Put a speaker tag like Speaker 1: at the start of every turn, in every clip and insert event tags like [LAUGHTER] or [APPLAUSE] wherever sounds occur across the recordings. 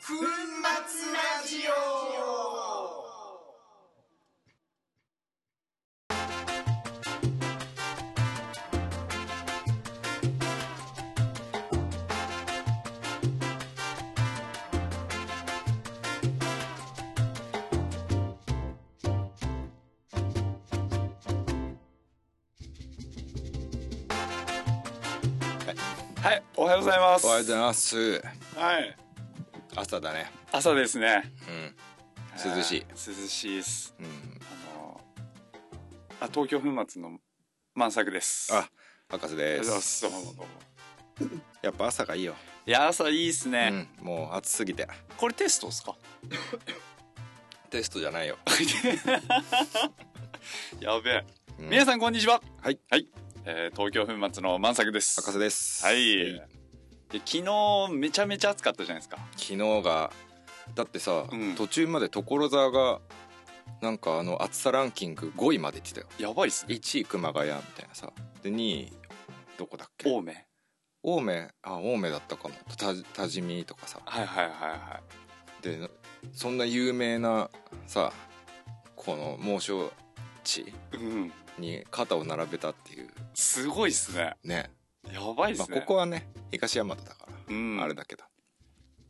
Speaker 1: 粉末ラジオ
Speaker 2: はい、おはようございます。
Speaker 1: おはようございます
Speaker 2: はい、
Speaker 1: 朝だね
Speaker 2: 朝ですね。
Speaker 1: 涼しい
Speaker 2: あー。涼しいです。
Speaker 1: うん
Speaker 2: あのーあ、東京粉末の満作です。
Speaker 1: あ博士
Speaker 2: あり
Speaker 1: で
Speaker 2: がとうございますす。どうもどうも。
Speaker 1: やっぱ朝がいいよ、
Speaker 2: いや、朝いいですね、
Speaker 1: うん、もう暑すぎて
Speaker 2: これテストですか。
Speaker 1: テストじゃないよ
Speaker 2: やべえ、
Speaker 1: うん
Speaker 2: 皆さん、こんにちは。
Speaker 1: はい。
Speaker 2: はい。えー東京粉末の満作です。
Speaker 1: 博士です
Speaker 2: はい。で昨日めちゃめちゃ暑かったじゃないですか。
Speaker 1: 昨日がだってさ、
Speaker 2: うん
Speaker 1: 途中まで所沢がなんかあの暑さランキング5位まで行ってたよ
Speaker 2: やばいっすね。
Speaker 1: 1位熊谷みたいなさで2位どこだっけ
Speaker 2: 青梅。
Speaker 1: 青梅あ青梅だったかもた多治見とかさ
Speaker 2: はいはいはいは
Speaker 1: でなそんな有名なさこの猛暑地
Speaker 2: い。うん。
Speaker 1: に肩を並べたっていう
Speaker 2: すごいっすね。
Speaker 1: ね
Speaker 2: やばいっ
Speaker 1: ますあ、
Speaker 2: ね。
Speaker 1: ここはね東大和だから、
Speaker 2: うん
Speaker 1: あれだけど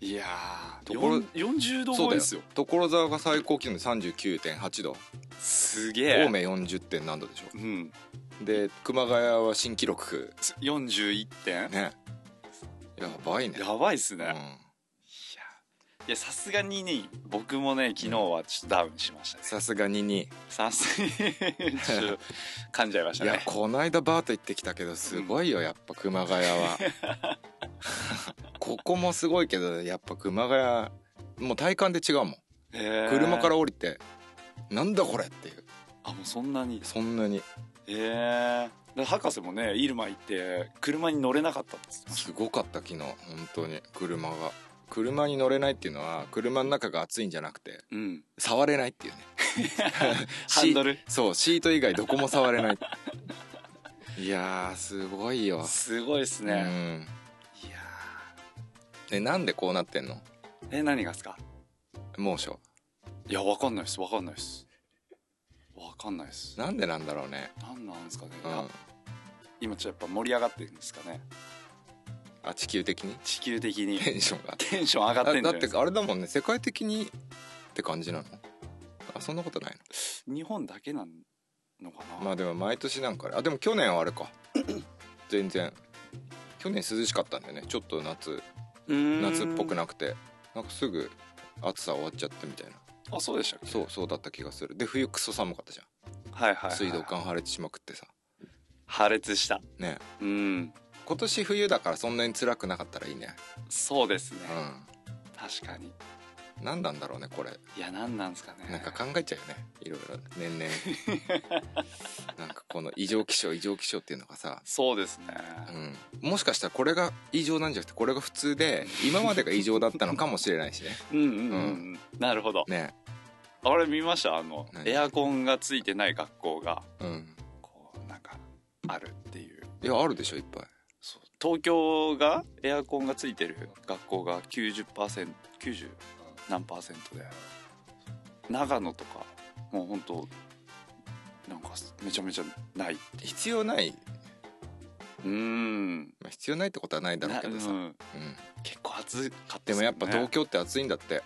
Speaker 2: いやー、
Speaker 1: ところ
Speaker 2: よん40度
Speaker 1: そうだ
Speaker 2: 超え
Speaker 1: よ
Speaker 2: ですよ。
Speaker 1: 所沢が最高気温で39.8度
Speaker 2: すげえ。
Speaker 1: 青梅40点何度でしょ
Speaker 2: うん。
Speaker 1: で熊谷は新記録
Speaker 2: す41点、
Speaker 1: ねやばいね
Speaker 2: やばいっすね。
Speaker 1: う
Speaker 2: いや
Speaker 1: ん、
Speaker 2: いやさすがにね、僕もね、昨日はちょっとダウンしましたね。
Speaker 1: さすがにに
Speaker 2: さすがに、ちょっと噛んじゃいまし
Speaker 1: い
Speaker 2: た
Speaker 1: や
Speaker 2: ね。
Speaker 1: こないだバート行ってきたけどすごいよやっぱ熊谷
Speaker 2: [LAUGHS]
Speaker 1: はここもすごいけどやっぱ熊谷もう体感で違うもん
Speaker 2: えー
Speaker 1: 車から。降りてなんだこれっていう
Speaker 2: あ、もうそんなに。
Speaker 1: そんなに
Speaker 2: えー。で博士もね、イルマ行って、車に乗れなかったんです
Speaker 1: すごかった昨日本当に車が車に乗れないっていうのは車の中が暑いんじゃなくて
Speaker 2: うん。
Speaker 1: 触れない
Speaker 2: [LAUGHS]
Speaker 1: っていうね
Speaker 2: ハンドル
Speaker 1: シそうシート以外どこも触れないいやーすごいよ、
Speaker 2: すごいっすね。いや
Speaker 1: うんえなんでこうなってんの
Speaker 2: ー。え、何がっすか
Speaker 1: 猛暑
Speaker 2: いや、わかんないです。わかんないです。わかんないです。
Speaker 1: なんでなんだろうね
Speaker 2: なんなんですかね。
Speaker 1: うん
Speaker 2: や今ちょっとやっぱ盛り上がってるんですかね。
Speaker 1: あ地球的に
Speaker 2: 地球的に
Speaker 1: テンションが
Speaker 2: テンション上がって
Speaker 1: あ
Speaker 2: んじ
Speaker 1: だ
Speaker 2: ゃ
Speaker 1: っ
Speaker 2: ないで
Speaker 1: て
Speaker 2: すか。
Speaker 1: あれだもんね世界的にって感じなのあそんなことない
Speaker 2: 日本だけなのか
Speaker 1: の
Speaker 2: な。
Speaker 1: まあでも毎年なんかあれあでも去年はあれ
Speaker 2: [CLEARS THROAT]
Speaker 1: か全然去年涼しかったんだよねちょっと夏
Speaker 2: うーん
Speaker 1: 夏っぽく。なくてなんかすぐ暑さ終わっちゃってみたいな
Speaker 2: あ、そうでしたっけ。
Speaker 1: そうそうだった気がするで冬クソ寒かったじゃ
Speaker 2: はいはい、
Speaker 1: ん
Speaker 2: はい。
Speaker 1: 水道管破裂しまくってさ
Speaker 2: 破裂した。
Speaker 1: ね
Speaker 2: うん。
Speaker 1: 今年冬だからそんなに辛くなかったらいいね
Speaker 2: そうですね。
Speaker 1: う
Speaker 2: 確かに。
Speaker 1: ん何なんだろうねこれ
Speaker 2: いや、なんなんですかね。
Speaker 1: なんか考えちゃうよねいろいろ年々 [LAUGHS] なんかこの異常気象異常気象っていうのがさ、
Speaker 2: そうですね。
Speaker 1: うん、もしかしたらこれが異常なんじゃなくてこれが普通で今までが異常だったのかもしれないし [LAUGHS] ね
Speaker 2: うんうんうん。うん、なるほど。
Speaker 1: ね
Speaker 2: あれ見ました。あの
Speaker 1: 何
Speaker 2: エアコンがついてない学校が
Speaker 1: うん
Speaker 2: こうなんかあるっていう。
Speaker 1: いやあるでしょいっぱい
Speaker 2: そう東京がエアコンがついてる学校が 90%90 何パーセントで長野とかもう本当なんかめちゃめちゃないっていう
Speaker 1: 必要ない、
Speaker 2: うーん
Speaker 1: まあ、必要ないってことはないだろうけどさ、
Speaker 2: な
Speaker 1: うん
Speaker 2: うん結構暑かった
Speaker 1: でもやっぱ東京
Speaker 2: 京
Speaker 1: って暑いんだって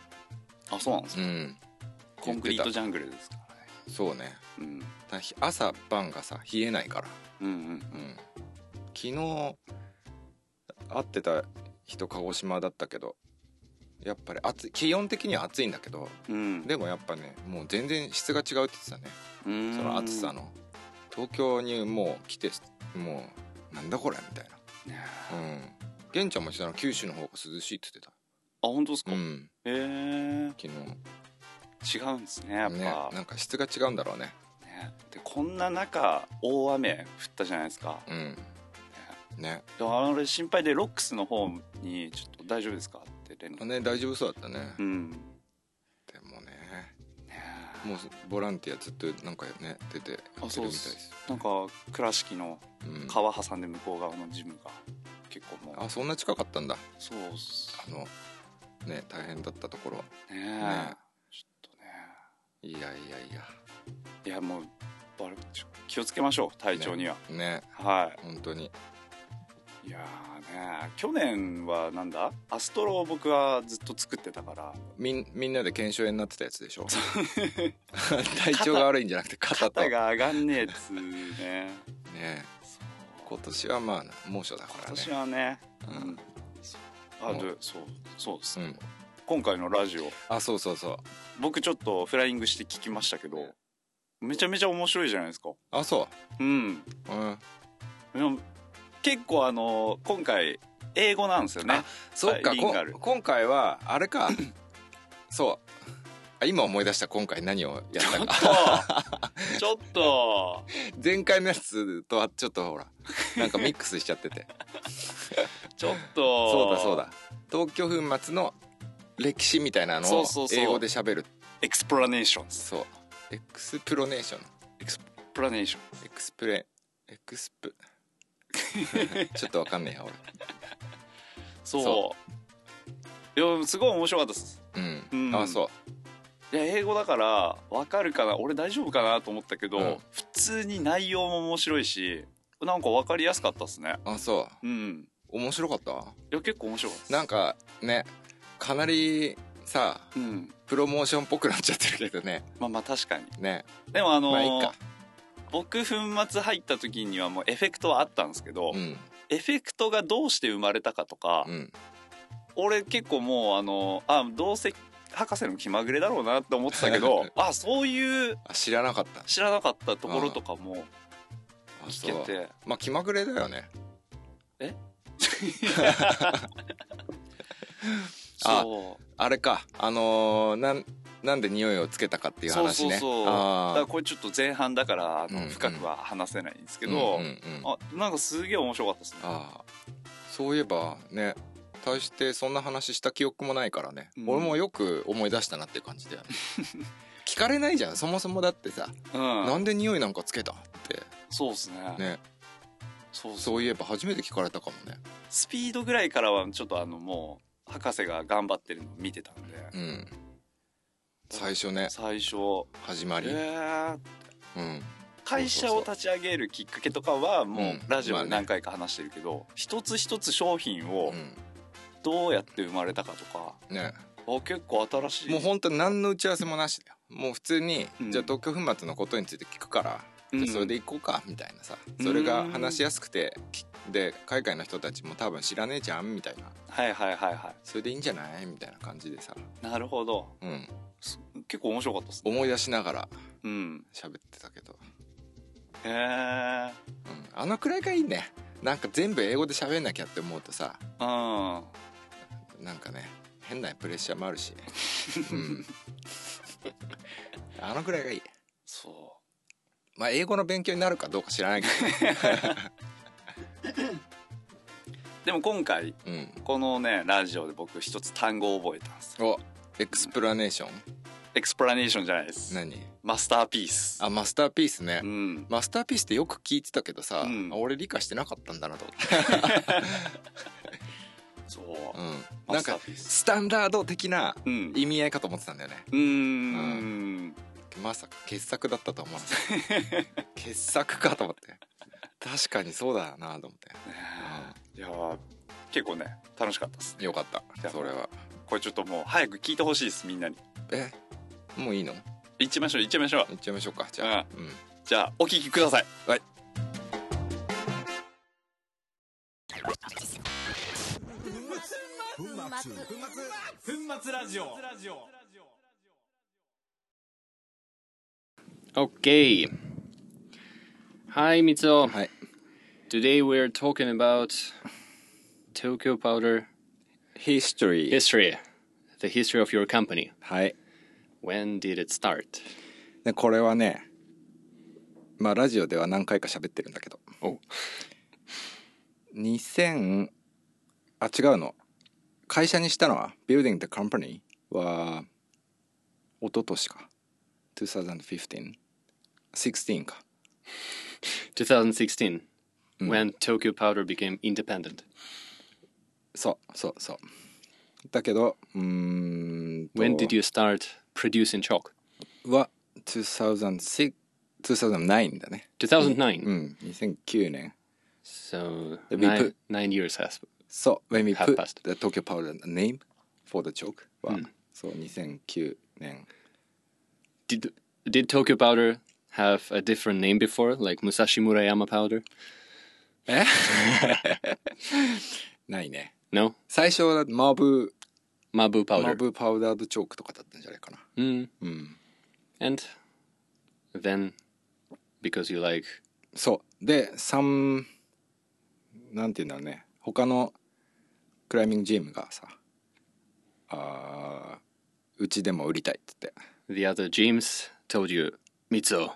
Speaker 2: あそうなんです
Speaker 1: う
Speaker 2: か、
Speaker 1: ん
Speaker 2: コンクリート
Speaker 1: 言って
Speaker 2: ジャングルですからね
Speaker 1: たそうね
Speaker 2: うん
Speaker 1: だから朝晩がさ冷えないから
Speaker 2: うんうん
Speaker 1: うん昨日会ってた人鹿児島だったけどやっぱり暑い基本的には暑いんだけど
Speaker 2: うん
Speaker 1: でもやっぱねもう全然質が違うって言ってたね
Speaker 2: うーん
Speaker 1: その暑さの東京にもう来てもうなんだこれみたい
Speaker 2: ね
Speaker 1: なうん玄ちゃんも言ってたの九州の方が涼しいって言って
Speaker 2: あ本当です
Speaker 1: た
Speaker 2: か、
Speaker 1: うん
Speaker 2: えー、
Speaker 1: 昨日
Speaker 2: 違うんですねやっぱ、
Speaker 1: ねなんか質が違うんだろうね
Speaker 2: ねでこんな中大雨降ったじゃないですか
Speaker 1: うんね
Speaker 2: であれ心配でロックスの方に「ちょっと大丈夫ですか?」って連絡
Speaker 1: ね大丈夫そうだったね
Speaker 2: うん
Speaker 1: でもね
Speaker 2: ね
Speaker 1: もうボランティアずっとなんかね出てやってるみたいです
Speaker 2: なんか倉敷の
Speaker 1: うん
Speaker 2: 川挟んで向こう側のジムが結構もう
Speaker 1: あそんな近かったんだ
Speaker 2: そうっす
Speaker 1: あのね大変だったところ
Speaker 2: え、
Speaker 1: ね
Speaker 2: ちょっとね
Speaker 1: いやいやいや
Speaker 2: いやもうバルちょ気をつけましょう体調には、
Speaker 1: ね
Speaker 2: は
Speaker 1: 本当に
Speaker 2: いいやーね去年はなんだアストロを僕はずっと作ってたから
Speaker 1: みんみんなで腱鞘炎になってたやつでしょ [LAUGHS] 体調が悪いんじゃなくて肩と
Speaker 2: 肩が上がんねえっつーね
Speaker 1: ね
Speaker 2: そう
Speaker 1: 今年はまあ猛 [LAUGHS] 暑だか
Speaker 2: 今
Speaker 1: らね
Speaker 2: 年はね
Speaker 1: う
Speaker 2: うん
Speaker 1: ん、
Speaker 2: あ
Speaker 1: も
Speaker 2: でそうそうです、
Speaker 1: うん、
Speaker 2: 今回のラジオ
Speaker 1: あそうそうそう
Speaker 2: 僕ちょっとフライングして聞きましたけどめちゃめちゃ面白いじゃないですか
Speaker 1: あそ
Speaker 2: うん
Speaker 1: ううん
Speaker 2: でも結構あの今回英語なんですよね
Speaker 1: あそっか、
Speaker 2: はいリンガル
Speaker 1: こん今回はあれか [CLEARS THROAT] そうあ今思い出した今回何をやったか
Speaker 2: ちょっとちょっ
Speaker 1: 前回のやつとはちょっとほらなんかミックスしちゃってて
Speaker 2: とちょっと
Speaker 1: そうだそうだ東京粉末の歴史みたいなの
Speaker 2: そ
Speaker 1: を
Speaker 2: うそうそう
Speaker 1: 英語で喋る
Speaker 2: エクスプラネーション
Speaker 1: そうエクスプロネーション
Speaker 2: エクスプラネーション
Speaker 1: エクスプレエクスプ [LAUGHS] ちょっとわかんねえや
Speaker 2: そう
Speaker 1: そ
Speaker 2: いやすごい面白かったです
Speaker 1: 俺う、
Speaker 2: うんん
Speaker 1: あそう
Speaker 2: いや英語だからわかるかな俺大丈夫かなと思ったけど、
Speaker 1: うん
Speaker 2: 普通に内容も面白いしなんかわかりやすかったですね
Speaker 1: あそう
Speaker 2: うん
Speaker 1: 面白かった
Speaker 2: いや結構面白かったっす
Speaker 1: なんかねかなりさ
Speaker 2: うん
Speaker 1: プロモーションっぽくなっちゃってるけどね
Speaker 2: まあまあ確かに
Speaker 1: ね
Speaker 2: でもあのー
Speaker 1: まあいいか
Speaker 2: 僕粉末入った時にはもうエフェクトはあったんですけど、
Speaker 1: うん
Speaker 2: エフェクトがどうして生まれたかとか、
Speaker 1: うん
Speaker 2: 俺結構もうあのあどうせ博士の気まぐれだろうなって思ってた
Speaker 1: [LAUGHS]
Speaker 2: けどあそういう
Speaker 1: あ知らなかった
Speaker 2: 知らなかったところとかも
Speaker 1: あ
Speaker 2: 聞け
Speaker 1: そう
Speaker 2: て
Speaker 1: まあ気まぐれだよねあ
Speaker 2: そ
Speaker 1: あれかあのーなんなんで匂いをつけたかって
Speaker 2: う
Speaker 1: いう
Speaker 2: そう
Speaker 1: 話
Speaker 2: そう
Speaker 1: ね
Speaker 2: そうだから
Speaker 1: あ
Speaker 2: これちょっと前半だから
Speaker 1: う
Speaker 2: あ
Speaker 1: んう
Speaker 2: の
Speaker 1: ん
Speaker 2: 深くは話せないんです
Speaker 1: け
Speaker 2: け
Speaker 1: うんうんう
Speaker 2: ど、
Speaker 1: ん
Speaker 2: あなんかすげえ面白かったですね
Speaker 1: あーそういえばね大してそんな話した記憶もないからね、
Speaker 2: うん
Speaker 1: 俺もよく思い出したなって感じ
Speaker 2: [LAUGHS]
Speaker 1: だよね聞かれないじゃんそもそもだってさ、
Speaker 2: う
Speaker 1: なんんで匂いなんかつけたって
Speaker 2: そうですね
Speaker 1: ね
Speaker 2: そうそう
Speaker 1: そういえば初めて聞かれたかもね
Speaker 2: スピードぐらいからはちょっとあのもう博士が頑張ってるのを見てたんで、
Speaker 1: うん最初ね
Speaker 2: 最初
Speaker 1: 始まり、
Speaker 2: えー
Speaker 1: うん
Speaker 2: 会社を立ち上げるきっかけとかはも
Speaker 1: うん
Speaker 2: うラジオ
Speaker 1: まあ
Speaker 2: で
Speaker 1: ね
Speaker 2: 何回か話してるけど、一つ一つ商品を
Speaker 1: うん
Speaker 2: どうやって生まれたかとか、
Speaker 1: ね
Speaker 2: あ結構新しい
Speaker 1: もう本当に何の打ち合わせもなしだよもう普通に、
Speaker 2: うん
Speaker 1: じゃあ東京粉末のことについて聞くから、
Speaker 2: うん
Speaker 1: じゃあそれで行こうかみたいなさそれが話しやすくてきで海外の人たちも多分知らねえじゃんみたいな
Speaker 2: はいはいはいは
Speaker 1: それでいいんじゃないみたいな感じでさ、
Speaker 2: いなるほど
Speaker 1: うん、
Speaker 2: す結構面白かったですね
Speaker 1: 思い出しながら
Speaker 2: うん
Speaker 1: 喋ってたけど、
Speaker 2: へえ
Speaker 1: うん、あのくらいがいいねなんか全部英語で喋んなきゃって思うとさ
Speaker 2: うん
Speaker 1: なんかね変なプレッシャーもあるし、うん、 [LAUGHS] あのくらいがいい
Speaker 2: そ
Speaker 1: まあ英語の勉強になるかどうか知らないけ
Speaker 2: うでも今回
Speaker 1: ど、うん、
Speaker 2: このねラジオで僕一つ単語を覚えたんですよ
Speaker 1: おエクスプラネーション
Speaker 2: エクスプラネーションじゃないです
Speaker 1: 何
Speaker 2: マスターピース
Speaker 1: あマスターピースね、
Speaker 2: うん
Speaker 1: マスターピースってよく聞いてたけどさ、
Speaker 2: うん
Speaker 1: あ俺理解してなかったんだなと思って
Speaker 2: そう、
Speaker 1: うん、 [LAUGHS] な
Speaker 2: マ
Speaker 1: ん
Speaker 2: スター
Speaker 1: か
Speaker 2: ピース
Speaker 1: スタンダード的な
Speaker 2: うん
Speaker 1: 意味合いかと思ってたんだよね
Speaker 2: うーん
Speaker 1: まさか傑作だったとは思わなかった [LAUGHS] 傑作かと思って確かにそうだよなと思っ
Speaker 2: ねえいやー結構ね楽しかったです
Speaker 1: てよかったそれは
Speaker 2: これちょっともう早く聞いてほしいですみんなに
Speaker 1: えもういいの
Speaker 2: 行っちゃいましょう行っちゃいましょう
Speaker 1: 行っちゃいましょうかじゃあ、うん
Speaker 2: じゃあお聞きください
Speaker 1: はい
Speaker 3: Okay. Hi, Mitsuo.
Speaker 1: はい
Speaker 3: Today we're talking about Tokyo Powder
Speaker 1: History
Speaker 3: history, the history of your company.
Speaker 1: はい
Speaker 3: When did it start?
Speaker 1: でこれはねまあラジオでは何回か喋ってるんだけど
Speaker 3: お
Speaker 1: 2000あ違うの会社にしたのは Building the Company は一昨年か201516か
Speaker 3: 2016,
Speaker 1: Mm.
Speaker 3: when Tokyo Powder became independent.
Speaker 1: そうそうそうだけどうーんと
Speaker 3: When did you start producing chalk?
Speaker 1: は2006 2009だね
Speaker 3: 2009.
Speaker 1: うん2009年
Speaker 3: So
Speaker 1: Mm. Let me
Speaker 3: nine,
Speaker 1: put-
Speaker 3: nine years has.
Speaker 1: そう When we
Speaker 3: Half
Speaker 1: put
Speaker 3: past.
Speaker 1: the Tokyo Powder name for the chalk は、
Speaker 3: うん
Speaker 1: そう2009年
Speaker 3: Did did Tokyo powder have a different name before, like Musashi Murayama powder?
Speaker 1: えないね
Speaker 3: No,
Speaker 1: 最初はマーブー
Speaker 3: Mabu powder.
Speaker 1: マーブーパウダードチョークとかだったんじゃないかな
Speaker 3: Mm.
Speaker 1: うん
Speaker 3: And then, because you like
Speaker 1: そうで3なんて言うんだろうね他のクライミングジムがさあーうちでも売りたいって言って
Speaker 3: the other James, told you, Mitsuo,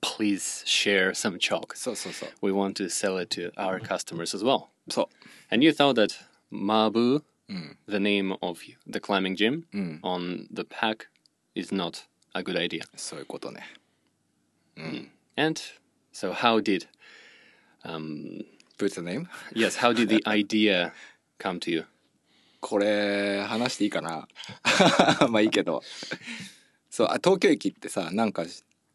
Speaker 3: please share some chalk.
Speaker 1: そうそうそう
Speaker 3: We want to sell it to our customers as well.
Speaker 1: そ
Speaker 3: And you thought that Mabu,
Speaker 1: ううん
Speaker 3: the name of the climbing gym
Speaker 1: うん
Speaker 3: on the pack, is not a good idea.
Speaker 1: そういうことね
Speaker 3: And so, how did, um,
Speaker 1: Put the name?
Speaker 3: yes, how did the idea come to you?
Speaker 1: これ話していいかなまあいいけどそうあ東京駅ってさなんか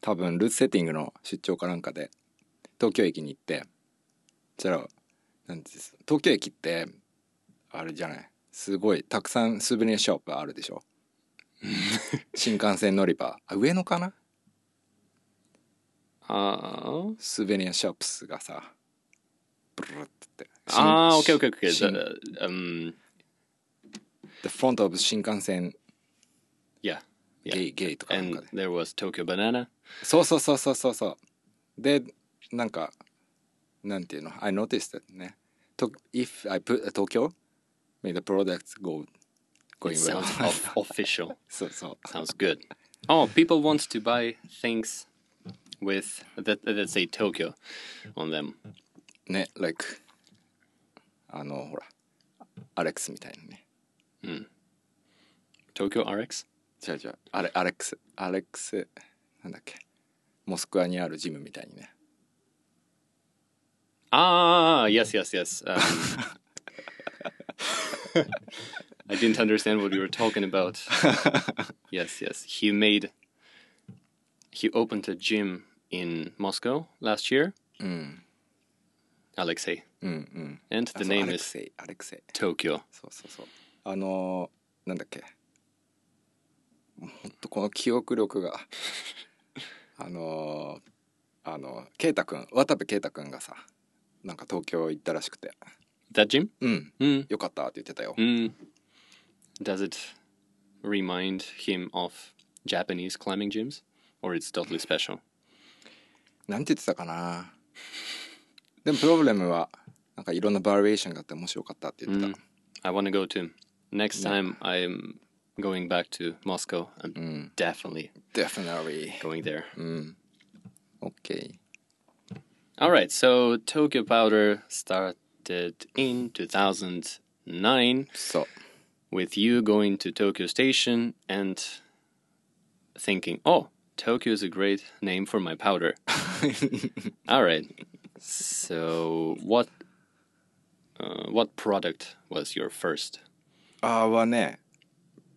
Speaker 1: 多分ルーツセッティングの出張かなんかで東京駅に行ってじゃあなんていうんです東京駅ってあれじゃないすごいたくさんスーベニアショップあるでしょ新幹線乗り場あ上野かな
Speaker 3: Uh,
Speaker 1: スーベニアショップスがさブルルって新
Speaker 3: ah, okay, okay, okay.
Speaker 1: 新
Speaker 3: The, um,
Speaker 1: The front of 新幹線
Speaker 3: yeah,
Speaker 1: ゲイゲイとかなんか
Speaker 3: and
Speaker 1: で
Speaker 3: there was Tokyo Banana.
Speaker 1: そうそうそうそうそうそうでなんかなんていうの I noticed that ねと If I put a Tokyo may the products go going
Speaker 3: It sounds
Speaker 1: well
Speaker 3: of, official.
Speaker 1: [LAUGHS] そうそう
Speaker 3: Sounds good. Oh, people want to buy things with that that say Tokyo on them.
Speaker 1: ね like あのほらアレックスみたいなね
Speaker 3: Tokyo RX.
Speaker 1: 違う違うアレアレックスアレックスなんだっけモスクワにあるジムみたいにね
Speaker 3: Ah, yes, yes, yes. Um, I didn't understand what we were talking about. yes, yes. He made. He opened a gym in Moscow last year. Alexei,
Speaker 1: うんうん
Speaker 3: and
Speaker 1: あ
Speaker 3: the
Speaker 1: そう
Speaker 3: name
Speaker 1: アレク
Speaker 3: is
Speaker 1: セイアレクセイ
Speaker 3: Tokyo.
Speaker 1: そうそうそうあのーなんだっけほんとこの記憶力が [LAUGHS] あのーあの圭太君渡部圭太君がさなんか東京行ったらしくて
Speaker 3: That gym.
Speaker 1: うん、
Speaker 3: Mm.
Speaker 1: よかったって言ってたよ、
Speaker 3: Mm. Does it remind him of Japanese climbing gyms, or it's totally special?
Speaker 1: なんて言ってたかなでもプロブレムはなんかいろんなバリエーションがあって面白かったって言ってた、
Speaker 3: Mm. I want to go to next time. I'm going back to Moscow. I'm definitely
Speaker 1: Definitely
Speaker 3: going there.
Speaker 1: OK
Speaker 3: All right. So Tokyo Powder started in 2009
Speaker 1: そう
Speaker 3: with you going to Tokyo Station and thinking, "Oh, Tokyo is a great name for my powder." All right. So what uh, what product was your first
Speaker 1: [LAUGHS] あーはね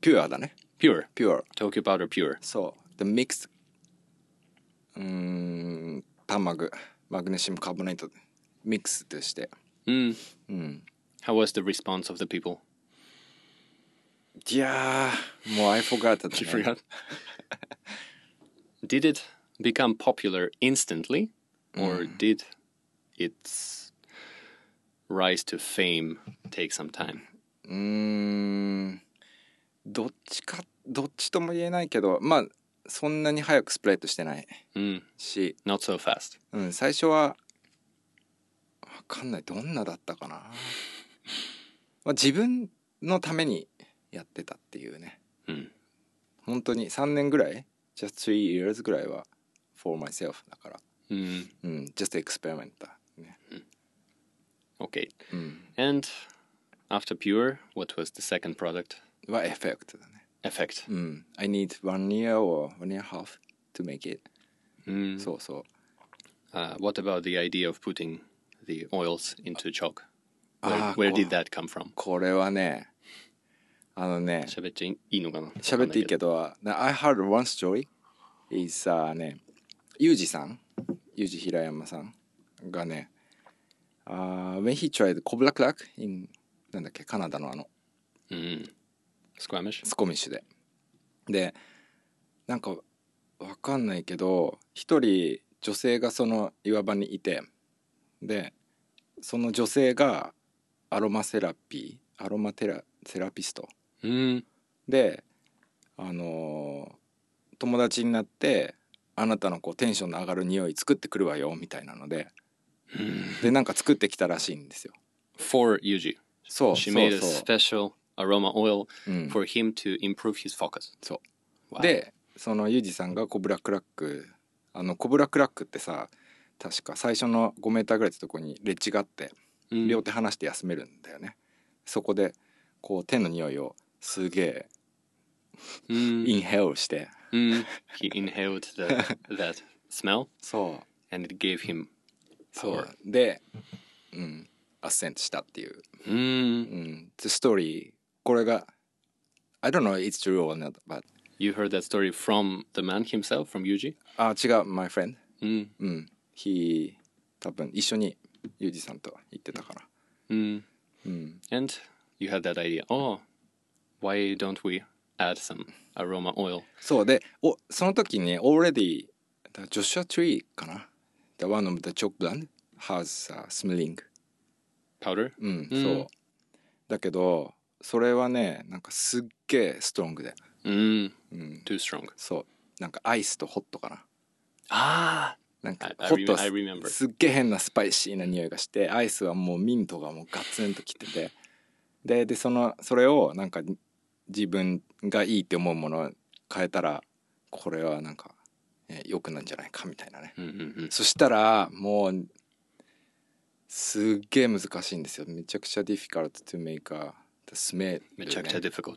Speaker 1: ピュアだね
Speaker 3: pure
Speaker 1: ピュア
Speaker 3: Tokyo powder pure?
Speaker 1: そう。で、ミックス、うーん、卵、マグネシウムカーボネート、ミックスとして。
Speaker 3: Mm. How was the response of the [LAUGHS] people?
Speaker 1: いやー、もう I forgot that、
Speaker 3: You forgot. [LAUGHS] did it become popular instantly, or did its rise to fame take some time?
Speaker 1: うーん、どっちか、どっちとも言えないけど、まあ、そんなに早くスプレッドしてない
Speaker 3: Mm.
Speaker 1: し、
Speaker 3: Not so fast.
Speaker 1: うん、最初は、わかんない、どんなだったかな。まあ、自分のためにやってたっていうね。
Speaker 3: Mm.
Speaker 1: 本当に3年ぐらい just three years ぐらいは for myself だから
Speaker 3: Mm.
Speaker 1: うん just experiment だね
Speaker 3: Okay.
Speaker 1: うん
Speaker 3: And after pure, what was the second product?
Speaker 1: は effect だね
Speaker 3: Effect.
Speaker 1: うん I need one year or one year and a half to make it、
Speaker 3: Mm.
Speaker 1: そうそう
Speaker 3: Uh, what about the idea of putting the oils into chalk? Where,
Speaker 1: Ah,
Speaker 3: where
Speaker 1: cool.
Speaker 3: did that come from?
Speaker 1: これはねあのね
Speaker 3: 喋っちゃいいのかな
Speaker 1: 喋っていいけ
Speaker 3: ど。
Speaker 1: どな I heard one story is あねユージさんユージ平山さんがねあー when he tried コブラクラク in なんだっけカナダのあの
Speaker 3: うん。スクワミッシュ
Speaker 1: スコミッシュででなんかわかんないけど一人女性がその岩場にいてでその女性がアロマセラピーアロマテラセラピスト
Speaker 3: うん。
Speaker 1: であのー友達になってあなたのこうテンションの上がる匂い作ってくるわよみたいなのででなんか作ってきたらしいんですよ
Speaker 3: Mm. For Yuji.
Speaker 1: そう
Speaker 3: She
Speaker 1: そう
Speaker 3: made a
Speaker 1: そ
Speaker 3: special aroma oil
Speaker 1: う、うん、
Speaker 3: for him to improve his focus.
Speaker 1: そう
Speaker 3: Wow.
Speaker 1: でそのユージさんがコブラクラックあのコブラクラックってさ確か最初の5メーターぐらいってとこにレッジがあって
Speaker 3: うん
Speaker 1: 両手離して休めるんだよね、そこでこう手の匂いをすげえ
Speaker 3: うん
Speaker 1: インヘールして、
Speaker 3: うん Mm. He inhaled
Speaker 1: [LAUGHS]
Speaker 3: the, that smell
Speaker 1: そう
Speaker 3: and it gave him
Speaker 1: そう
Speaker 3: パワ
Speaker 1: で、うん、アッセントしたっていう、
Speaker 3: う mm.
Speaker 1: うんん、the story これが I don't know if it's true or not but
Speaker 3: You heard that story from the man himself, from Yuji? Mm.
Speaker 1: あ違う my friend
Speaker 3: うん
Speaker 1: うん he 多分一緒にユージさんと行ってたから
Speaker 3: うん
Speaker 1: うん
Speaker 3: And you had that idea. Oh, why don't we add some aroma oil?
Speaker 1: そうでおその時に already the Joshua tree かな the one of the chalk blend has a smelling
Speaker 3: Powder?
Speaker 1: うん、
Speaker 3: うん
Speaker 1: そうだけどそれはねなんかすっげえストロングで
Speaker 3: Mm,
Speaker 1: うん
Speaker 3: too strong.
Speaker 1: そうなんかアイスとホットかな
Speaker 3: Ah!
Speaker 1: なんか
Speaker 3: I- I
Speaker 1: ホット
Speaker 3: remem- I remember.
Speaker 1: すっげえ変なスパイシーな匂いがしてアイスはもうミントがもうガツンときててででそのそれをなんか自分がいいって思うものを変えたらこれはなんか、えー良くなんじゃないかみたいなね
Speaker 3: Mm-hmm.
Speaker 1: そしたらもうすっげえ難しいんですよめちゃくちゃ difficult to make a the smell
Speaker 3: めちゃくちゃ difficult.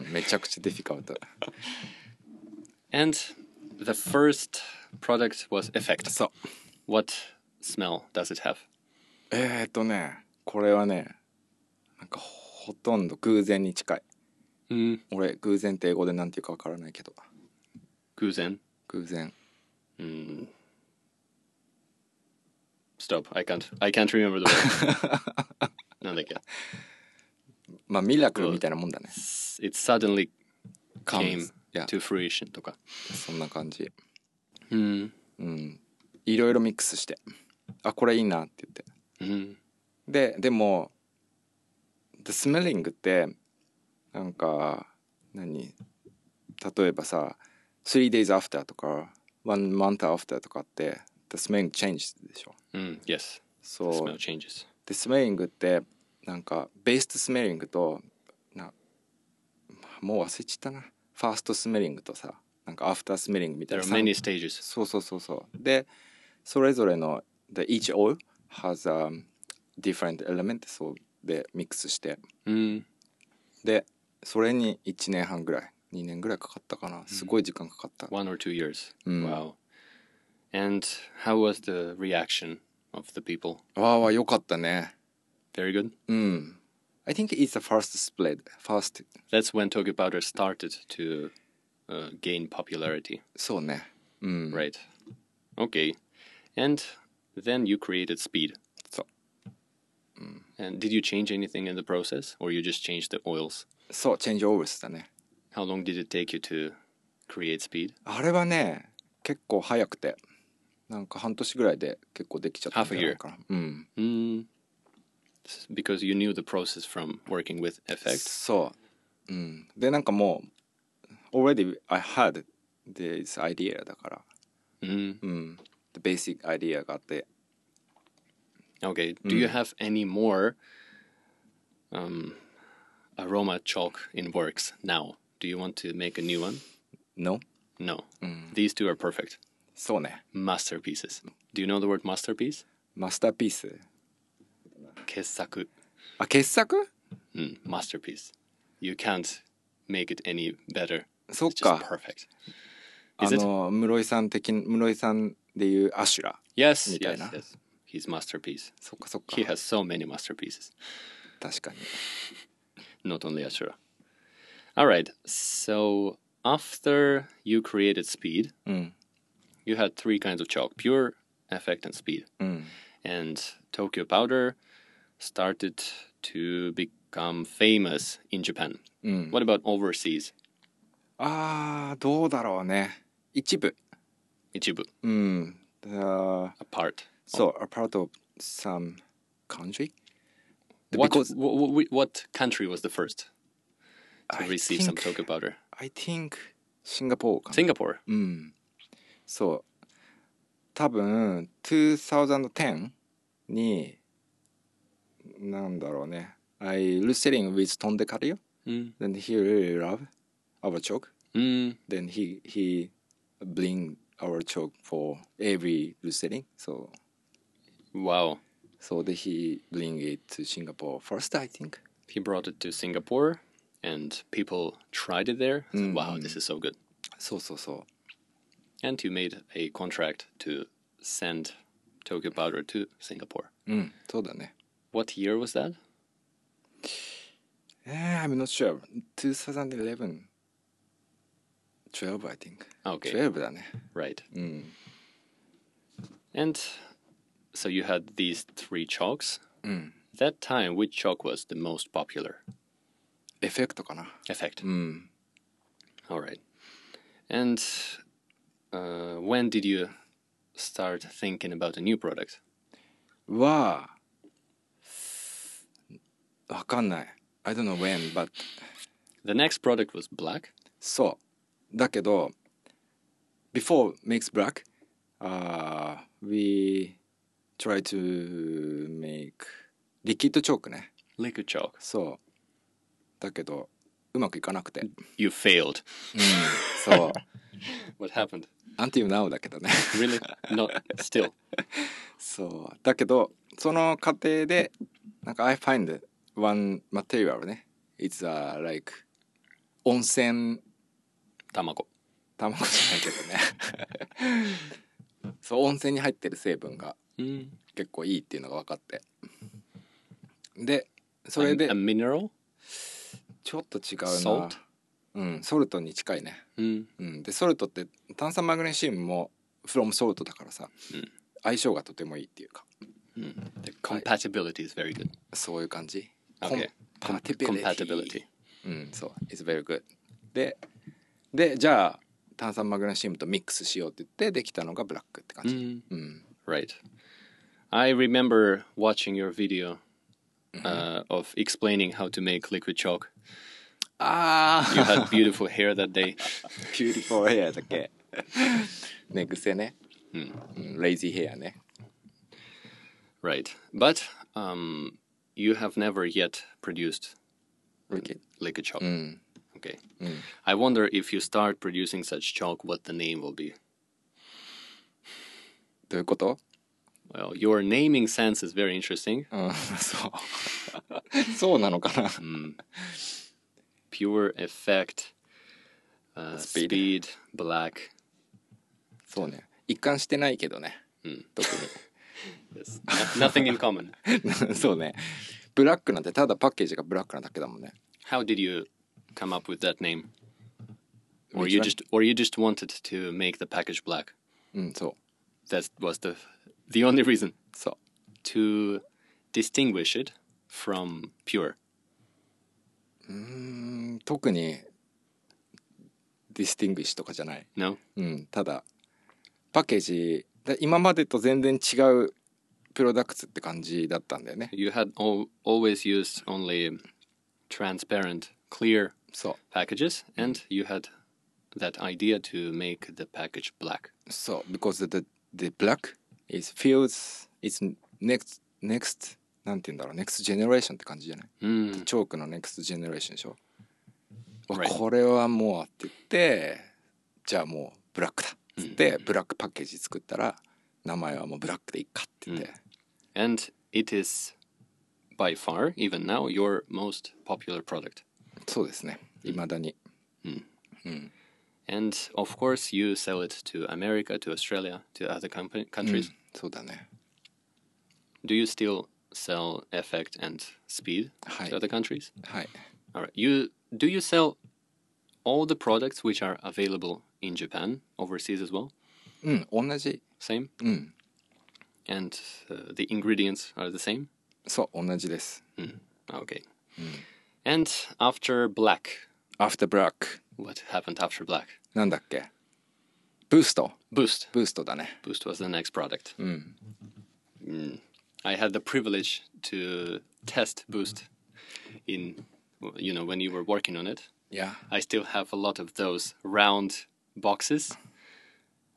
Speaker 1: うんめちゃくちゃ difficult
Speaker 3: And the first product was effect.
Speaker 1: そう
Speaker 3: What smell does it have?
Speaker 1: えー、っとねこれはねなんかほとんど偶然に近い
Speaker 3: Mm,
Speaker 1: 俺偶然って英語でなんていうかわからないけど
Speaker 3: guzen.
Speaker 1: 偶然
Speaker 3: Mm. Stop. I can't. I can't remember the word. なんだっけ？
Speaker 1: まあミラクルみたいなもんだね
Speaker 3: S- It suddenly came
Speaker 1: Comes いや
Speaker 3: to fruition とか。
Speaker 1: そんな感じ
Speaker 3: Mm.
Speaker 1: うんいろいろミックスしてあこれいいなって言って
Speaker 3: Mm.
Speaker 1: ででも The smelling ってなんか何例えばさ3 days after とか1 month after とかって The smelling changed でしょ
Speaker 3: Mm. Yes.
Speaker 1: そう
Speaker 3: Smell changes.
Speaker 1: でスメリングってなんかベーストスメリングとなもう忘れちゃったなファーストスメリングとさなんかアフタースメリングみたい
Speaker 3: There
Speaker 1: な
Speaker 3: are
Speaker 1: さん
Speaker 3: many stages.
Speaker 1: そうそうそうそうでそれぞれの the each oil has a different element そうでミックスして
Speaker 3: Mm.
Speaker 1: でそれに1年半ぐらい2年ぐらいかかったかなすごい時間かかった、
Speaker 3: one or two years.
Speaker 1: Mm.
Speaker 3: Wow. And how was the reaction of the people?
Speaker 1: わあわあよかったね
Speaker 3: Very good.
Speaker 1: うん I think it's the first spread first
Speaker 3: That's when Tokyo Powder started to uh, gain popularity,
Speaker 1: そうねうん
Speaker 3: right? Okay. And then you created Speed.
Speaker 1: So.
Speaker 3: And did you change anything in the process, or you just changed the oils?
Speaker 1: そうチェンジオーブスだね
Speaker 3: How long did it take you to create Speed?
Speaker 1: あれはね結構早くてなんか半年ぐらいで結構できちゃったんじゃないかなうん
Speaker 3: Mm. S- Because you knew the process from working with Effect.
Speaker 1: そう、うん、でなんかもう already I had this idea だから、
Speaker 3: Mm.
Speaker 1: うん、the basic idea があって、
Speaker 3: Okay. Do you have any more um, aroma chalk in works now? Do you want to make a new one?
Speaker 1: no?
Speaker 3: No. These two are perfect.
Speaker 1: そうね
Speaker 3: Masterpieces. Do you know the word masterpiece?
Speaker 1: マスターピース
Speaker 3: Kessaku.
Speaker 1: あ傑作
Speaker 3: Mm, masterpiece. You can't make it any better.
Speaker 1: そっ
Speaker 3: It's just
Speaker 1: か
Speaker 3: perfect.
Speaker 1: あ
Speaker 3: Is it?
Speaker 1: の室井さん的室井さんでいうアシュラ
Speaker 3: Yes, yes,
Speaker 1: Mitaina.
Speaker 3: yes. He's masterpiece.
Speaker 1: そっかそっか
Speaker 3: He has so many masterpieces.
Speaker 1: 確かに
Speaker 3: Not only Ashura. All right. So after you created speed,
Speaker 1: うん。
Speaker 3: you had three kinds of chalk: pure, effect, and speed.
Speaker 1: うん。
Speaker 3: And Tokyo Powder started to become famous in Japan.
Speaker 1: うん。
Speaker 3: What about overseas?
Speaker 1: あー、どうだろうね。一部。
Speaker 3: Ichibu
Speaker 1: うん。あー
Speaker 3: apart.
Speaker 1: So, a part of some country?
Speaker 3: What,
Speaker 1: Because-
Speaker 3: wh- wh- wh- what country was the first to
Speaker 1: I
Speaker 3: receive some
Speaker 1: think-
Speaker 3: Tokyo Powder?
Speaker 1: I think Singapore かな。
Speaker 3: Singapore.
Speaker 1: うん。そう。多分2010になんだろうね。I listening with Tom De Carlo,
Speaker 3: Mm.
Speaker 1: then he really love our chalk.
Speaker 3: Mm.
Speaker 1: Then he he bring our chalk for every listening. So
Speaker 3: Wow.
Speaker 1: so that he bring it to Singapore first, I think.
Speaker 3: He brought it to Singapore and people tried it there. So,
Speaker 1: Mm.
Speaker 3: Wow, this is so good.
Speaker 1: そうそうそう。
Speaker 3: And you made a contract to send Tokyo Powder to Singapore.
Speaker 1: うん、そうだね。
Speaker 3: What year was that?
Speaker 1: えー、I'm not sure. 2011 12 I think.
Speaker 3: Okay.
Speaker 1: 12だね。
Speaker 3: Right.
Speaker 1: うん。
Speaker 3: And so you had these three chalks.
Speaker 1: Mm.
Speaker 3: That time, which chalk was the most popular
Speaker 1: エフェクトかな。
Speaker 3: effect?
Speaker 1: うん。
Speaker 3: All right. And uh, when did you start thinking about a new product?
Speaker 1: はわかんない I don't know when but
Speaker 3: The next product was black.
Speaker 1: そうだけど before makes black、uh, we try to make リキッドチョークね
Speaker 3: Liquid chalk.
Speaker 1: そうだけどうまくいかなくて、うん、
Speaker 3: You failed.
Speaker 1: [LAUGHS] そう
Speaker 3: What happened?
Speaker 1: until now だけ [LAUGHS] どね
Speaker 3: Really? Not still.
Speaker 1: そうだけどその過程でなんか I find one material ね It's a like 温泉
Speaker 3: Tamako.
Speaker 1: 卵じゃないけどね [LAUGHS] そう温泉に入ってる成分が
Speaker 3: Mm.
Speaker 1: 結構いいっていうのが分かってでそれ
Speaker 3: A,
Speaker 1: で
Speaker 3: a mineral.
Speaker 1: ちょっと違うな
Speaker 3: Salt？
Speaker 1: うんソルトに近いね
Speaker 3: Mm.
Speaker 1: うん、でソルトって炭酸マグネシウムもフロムソルトだからさ、
Speaker 3: うん
Speaker 1: 相性がとてもいいっていうか
Speaker 3: Mm. The compatibility is very good.
Speaker 1: そういう感じ
Speaker 3: Okay. Com-
Speaker 1: ティ
Speaker 3: compatibility.
Speaker 1: うんそう It's very good ででじゃあ炭酸マグネシウムとミックスしようって言ってできたのがブラックって感じ
Speaker 3: Mm.
Speaker 1: うん、
Speaker 3: Right. I remember watching your video uh, of explaining how to make liquid chalk.
Speaker 1: ああ
Speaker 3: You
Speaker 1: [LAUGHS]
Speaker 3: [LAUGHS] had beautiful hair that day.
Speaker 1: キューリフォーヘアだっ [LAUGHS] けね癖ねうんレイジーヘアね
Speaker 3: Right. But um, you have never yet produced
Speaker 1: Liquid.
Speaker 3: liquid chalk.
Speaker 1: うん
Speaker 3: Okay.
Speaker 1: Mm.
Speaker 3: I wonder if you start producing such chalk, what the name will be.
Speaker 1: どういうこと
Speaker 3: Well, your naming sense is very interesting.
Speaker 1: うん [LAUGHS] そう [LAUGHS] そうなのかな
Speaker 3: Pure effect, uh,
Speaker 1: Speed.
Speaker 3: speed. black.
Speaker 1: そうね一貫してないけどね
Speaker 3: うん
Speaker 1: 特
Speaker 3: Yes. No- nothing in
Speaker 1: [LAUGHS]
Speaker 3: common.
Speaker 1: にそうねブラックなんてただパッケージがブラックなだけだもんね
Speaker 3: How did you come up with that name? Or
Speaker 1: Which
Speaker 3: you
Speaker 1: one?
Speaker 3: just or you just wanted to make the package black.
Speaker 1: うんそう
Speaker 3: That was the the only reason
Speaker 1: そう
Speaker 3: to distinguish it from pure.
Speaker 1: うん特にディスティングイッシュとかじゃない
Speaker 3: No.
Speaker 1: うん、ただパッケージで今までと全然違うプロダクツって感じだったんだよね
Speaker 3: You had al- always used only transparent, clear
Speaker 1: そ
Speaker 3: packages, and you had that idea to make the package black.
Speaker 1: うそう because the, the black is feels it's next next なんて言うんだろう next generation って感じじゃない
Speaker 3: Mm.
Speaker 1: チョークの next generation でしょ、わ
Speaker 3: Right.
Speaker 1: これはもうって言ってじゃあもうブラックだっつって、ブラックパッケージ作ったら名前はもうブラックでいっかって言って、
Speaker 3: And it is by far, even now, your most popular product.
Speaker 1: そうですねいまだに
Speaker 3: And of course, you sell it to America, to Australia, to other compa- countries.
Speaker 1: そうだね
Speaker 3: Do you still sell Effect and Speed
Speaker 1: Hi.
Speaker 3: to other countries?
Speaker 1: はい
Speaker 3: All right. You do you sell all the products which are available in Japan, overseas as well,
Speaker 1: うん同じ
Speaker 3: same,
Speaker 1: うん
Speaker 3: and uh, the ingredients are the same. Ah,
Speaker 1: そう同じです
Speaker 3: Okay. Mm. And after black,
Speaker 1: After Black
Speaker 3: what happened after black?
Speaker 1: なんだっけブースト
Speaker 3: Boost.
Speaker 1: ブーストだね
Speaker 3: Boost was the next product. Mm. I had the privilege to test Boost in, well, you know, when you were working on it.
Speaker 1: いや
Speaker 3: I still have a lot of those round boxes.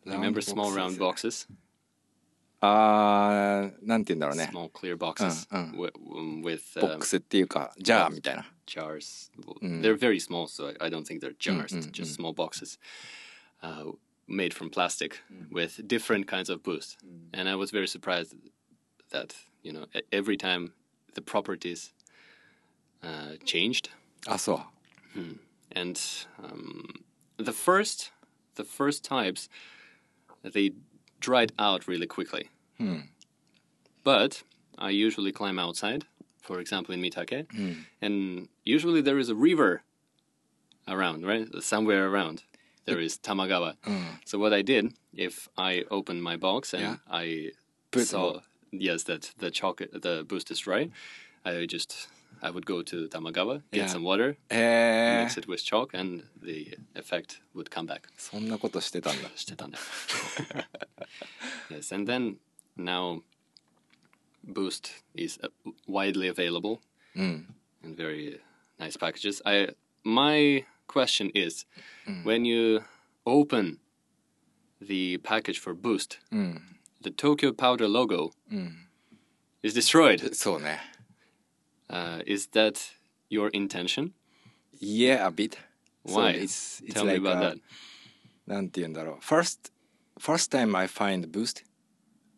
Speaker 3: Remember small round boxes?
Speaker 1: あーなんて言うんだろうね
Speaker 3: Small clear boxes
Speaker 1: Mm, mm.
Speaker 3: wi- um, with um,
Speaker 1: ボックスっていうかジャーみたいな
Speaker 3: jars. Well, They're very small, so I, I don't think they're jars, just small boxes uh, made from plastic with different kinds of boost. And I was very surprised that, you know, e- every time the properties uh, changed.
Speaker 1: あそう
Speaker 3: And um, the first, the first types, they dried out really quickly.
Speaker 1: Hmm.
Speaker 3: But I usually climb outside, for example in Mitake,
Speaker 1: Hmm.
Speaker 3: and usually there is a river around, right? Somewhere around there is Tamagawa. So what I did, if I opened my box and
Speaker 1: Hmm. Yeah.
Speaker 3: I
Speaker 1: Put
Speaker 3: saw yes that the chocolate the boost is dry, I just I would go to Tamagawa, get
Speaker 1: Yeah.
Speaker 3: some water,
Speaker 1: へえ
Speaker 3: mix it with chalk, and the effect would come back.
Speaker 1: そんなことしてたん
Speaker 3: [LAUGHS]
Speaker 1: だ [LAUGHS]
Speaker 3: してたんだ。yes, and then now Boost is uh, widely available
Speaker 1: うん
Speaker 3: in very nice packages. I my question is,
Speaker 1: Mm.
Speaker 3: when you open the package for Boost,
Speaker 1: うん、
Speaker 3: the Tokyo Powder logo
Speaker 1: うん、
Speaker 3: is destroyed.
Speaker 1: そうね
Speaker 3: Uh, is that your intention?
Speaker 1: Yeah, a bit.
Speaker 3: Why?
Speaker 1: So it's it's
Speaker 3: Tell
Speaker 1: like
Speaker 3: me about
Speaker 1: a-
Speaker 3: that.
Speaker 1: なんて言うんだろう。First, first time I find boost,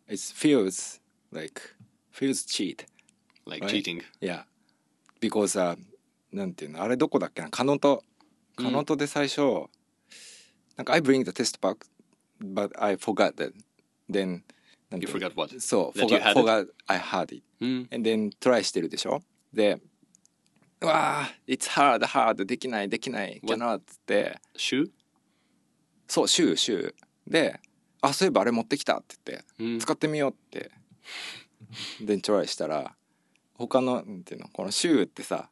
Speaker 1: it feels like feels cheat.
Speaker 3: Like
Speaker 1: Right.
Speaker 3: cheating?
Speaker 1: Yeah, because、uh, なんていうのあれどこだっけな。カノト、カノトで最初、なんか I bring the test pack, but I forgot that. Then なんて
Speaker 3: You
Speaker 1: いうの
Speaker 3: forgot what?
Speaker 1: そう
Speaker 3: That you
Speaker 1: forgot,
Speaker 3: had it?
Speaker 1: forgot I had it.
Speaker 3: Mm.
Speaker 1: And then try してるでしょでうわあ It's hard hard できないできない
Speaker 3: What?
Speaker 1: cannot つって
Speaker 3: Shoe?
Speaker 1: そうシューシューであそういえばあれ持ってきたって言って、
Speaker 3: Mm.
Speaker 1: 使ってみようってでトライしたら他のなんていうのこのシューってさ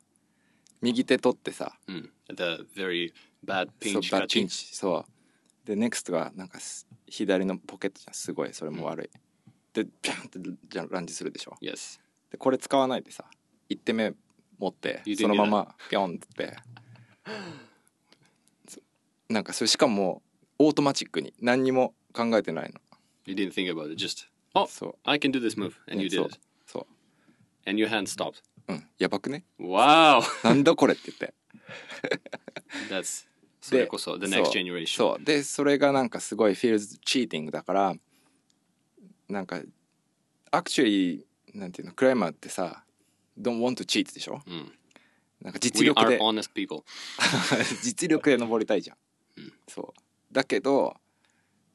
Speaker 1: 右手取ってさ
Speaker 3: Mm. The very bad
Speaker 1: そう
Speaker 3: pinch.
Speaker 1: バッ
Speaker 3: catching.
Speaker 1: チンチそうでネクストがなんかす左のポケットじゃんすごいそれも悪い、でピャンってじゃランジするでしょ
Speaker 3: Yes.
Speaker 1: でこれ使わないでさ1手目持って
Speaker 3: ゆで
Speaker 1: そ
Speaker 3: る
Speaker 1: の
Speaker 3: んだ
Speaker 1: ままピョンって [LAUGHS] そなんかそれしかもオートマチックに何にも考えてないの
Speaker 3: You didn't think about it. Just oh,
Speaker 1: So-
Speaker 3: I can do this move, and
Speaker 1: ね
Speaker 3: you
Speaker 1: そう
Speaker 3: did it,
Speaker 1: そ
Speaker 3: and your hand stopped.
Speaker 1: ううんやばくね
Speaker 3: [LAUGHS] Wow,
Speaker 1: なんだこれって言って
Speaker 3: that's [LAUGHS] それこそ the
Speaker 1: そう
Speaker 3: next generation.
Speaker 1: そうでそれがなんかすごいフィールズチーティングだからなんか actually なんていうのクライマーってさ don't want to cheat でしょ、
Speaker 3: ん
Speaker 1: なんか実
Speaker 3: We
Speaker 1: 力
Speaker 3: are
Speaker 1: で
Speaker 3: honest people.
Speaker 1: [LAUGHS] 実力で登りたいじゃん、そうだけど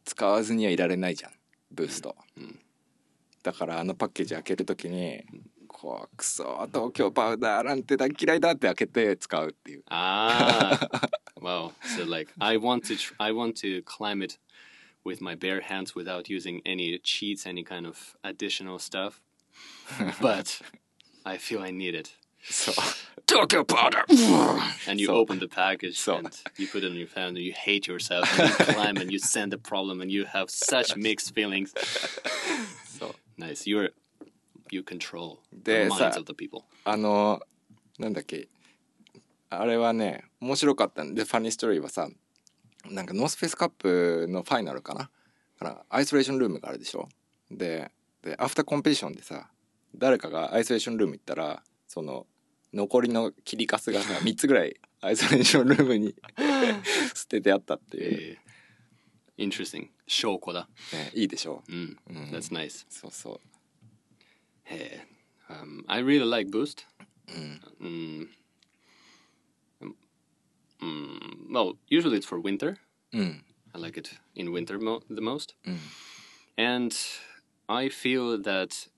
Speaker 1: 使わずにはいられないじゃんブースト、だからあのパッケージ開けるときに「こうクソ東京パウダーなんて大嫌いだ」って開けて使うっていう
Speaker 3: [LAUGHS] Ah, wow. So like, I want to, tr- I want to climb it with my bare hands without using any cheats, any kind of additional stuff, [LAUGHS] but I feel I need it.
Speaker 1: そう「東京パウダー!」
Speaker 3: and you
Speaker 1: So-
Speaker 3: open the package
Speaker 1: so-
Speaker 3: and you put it in your phone and you hate yourself and you climb and you send a problem and you have such mixed feelings. So nice. You're you control the
Speaker 1: There's
Speaker 3: minds
Speaker 1: a-
Speaker 3: of the people.
Speaker 1: あのなんだっけあれはね面白かったんでファニーストーリーはさなんかノースフェイスカップのファイナルかなからアイソレーションルームがあるでしょででアフターコンペティションでさ誰かがアイソレーションルーム行ったらその残りの切りかすが [LAUGHS] さ3つぐらいアイソレーションルームに [LAUGHS] 捨ててあったっていう、
Speaker 3: Eh, interesting. 証拠だ。
Speaker 1: ね、いいでしょ
Speaker 3: Mm, That's nice.
Speaker 1: そうそう
Speaker 3: Eh, um, I really like Boost. Mm. Um, mm, well, usually it's for winter.
Speaker 1: うん、
Speaker 3: I like it in winter mo- the most. And I feel that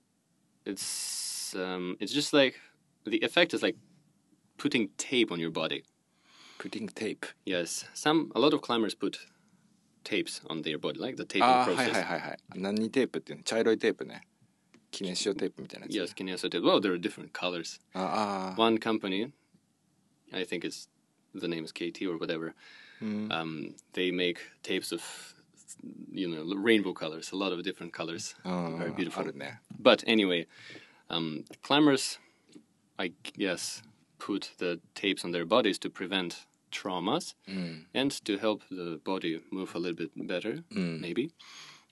Speaker 3: it's um, it's just like the effect is like putting tape on your body.
Speaker 1: Cutting tape.
Speaker 3: Yes, some a lot of climbers put tapes on their body, like the taping
Speaker 1: ああーはい
Speaker 3: process.
Speaker 1: はいはいはい。何テープっていうの茶色いテープね。記念塩テープみたいなやつ。
Speaker 3: Yes, kinesio tape. Well, there are different colors.
Speaker 1: ああ。
Speaker 3: One company, I think it's the name is KT or whatever. Um, they make tapes of you know rainbow colors, a lot of different colors,
Speaker 1: うん、
Speaker 3: very beautiful.
Speaker 1: あるね。
Speaker 3: But anyway, um, climbers, I guess, put the tapes on their bodies to prevent traumas and to help the body move a little bit better, maybe.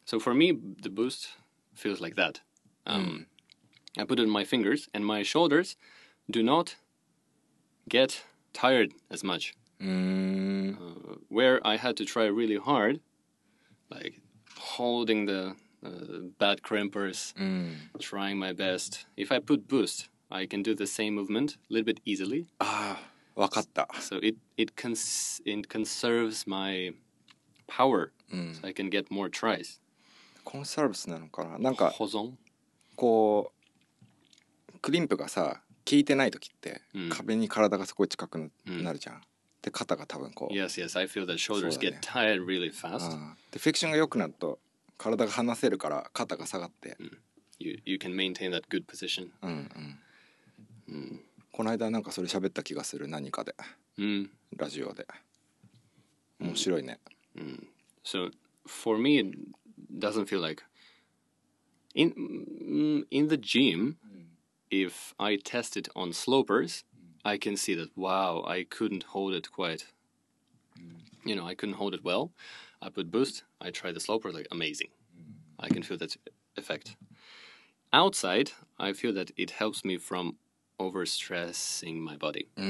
Speaker 3: So for me, the boost feels like that. Um, I put it on my fingers, and my shoulders do not get tired as much.
Speaker 1: うーん。
Speaker 3: Where I had to try really hard, like holding the uh, bad crimpers,
Speaker 1: うん。
Speaker 3: trying my best. If I put boost, I can do the same movement a little bit easily.
Speaker 1: ああ、わかった。
Speaker 3: So it it cons- it conserves my power.
Speaker 1: Mm.
Speaker 3: So I can get more tries.
Speaker 1: コンサーブスなのかななんか、
Speaker 3: Hozon.
Speaker 1: こう、クリンプがさ、効いてない時って、
Speaker 3: うん
Speaker 1: 壁に体がすごい近く
Speaker 3: うん
Speaker 1: なるじゃん。で、肩が多分こう。
Speaker 3: Yes, yes. I feel that shoulders
Speaker 1: Sure, yeah. Uh.
Speaker 3: get tired really fast.
Speaker 1: うんで、フィクションが良くなると、体が離せるから肩が下がって。
Speaker 3: You you can maintain that good position.
Speaker 1: うんうん。この間なんかそれ喋った気がする何かで
Speaker 3: Mm.
Speaker 1: ラジオで面白いね
Speaker 3: So for me, it doesn't feel like in mm, in the gym. If I test it on slopers, I can see that wow, I couldn't hold it quite. You know, I couldn't hold it well. I put boost. I try the sloper, like amazing. I can feel that effect. Outside, I feel that it helps me from overstressing my body.
Speaker 1: うー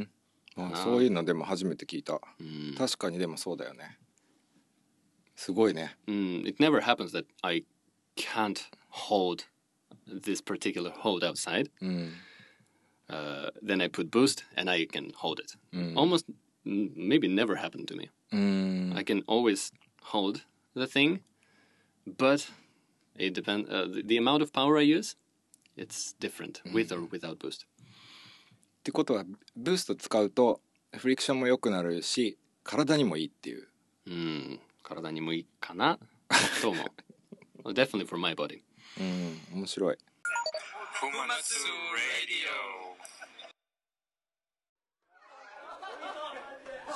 Speaker 1: んまあそういうのでも初めて聞いた
Speaker 3: Mm.
Speaker 1: 確かにでもそうだよねすごいね
Speaker 3: Mm, it never happens that I can't hold this particular hold outside.
Speaker 1: うん
Speaker 3: Uh, then I put boost and I can hold it. Almost n- maybe never happened to me.
Speaker 1: うーん
Speaker 3: I can always hold the thing, but it depends. Uh, the, the amount of power I use, it's different with or without boost.
Speaker 1: ってことはブースト使うとフリクションも良くなるし体にもいいっていう
Speaker 3: Mm, 体にもいいかなと思う。Definitely for my body.
Speaker 1: うん面白い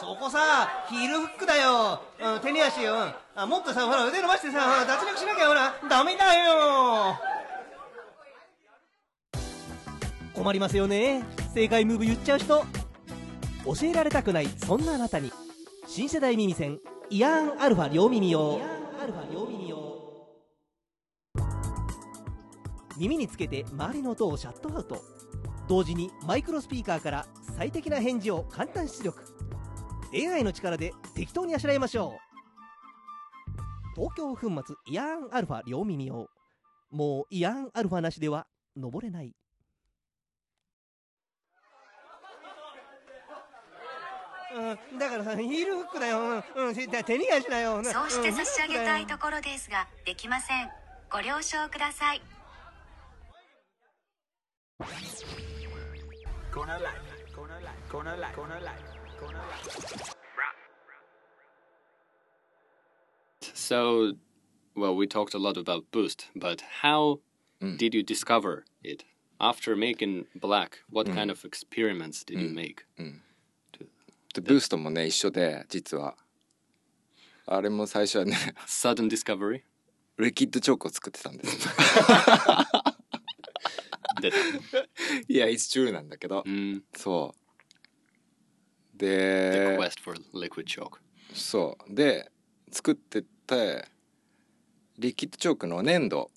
Speaker 4: そこさ、ヒールフックだよ。うん、手に足よ。うんあ、もっとさ、ほら、腕伸ばしてさ、ほら脱力しなきゃほら、ダメだよ。困りますよね。正解ムーブ言っちゃう人。教えられたくない、そんなあなたに。新世代耳栓、イヤーンアルファ両耳用。イヤーンアルファ両耳用。耳につけて周りの音をシャットアウト。同時にマイクロスピーカーから最適な返事を簡単出力。AI の力で適当にあしらいましょう東京粉末イヤーンアルファ両耳用もうイヤーンアルファなしでは登れないうん、だからさヒールフックだよ、うんうん、手に足だよ
Speaker 5: そうして差し上げたいところですが、できません。ご了承ください。
Speaker 3: So, well, we talked a lot about Boost, but how did you discover it? After making Black, what kind of experiments did you make?
Speaker 1: でブーストもね一緒で実はあれも最初はね [LAUGHS]
Speaker 3: Sudden discovery?
Speaker 1: リキッドチョークを作ってたんです [LAUGHS]
Speaker 3: [LAUGHS] That,
Speaker 1: いや It's true なんだけど、
Speaker 3: mm,
Speaker 1: そう
Speaker 3: the
Speaker 1: で
Speaker 3: quest for liquid chalk.
Speaker 1: そうで作っててリキッドチョークの粘土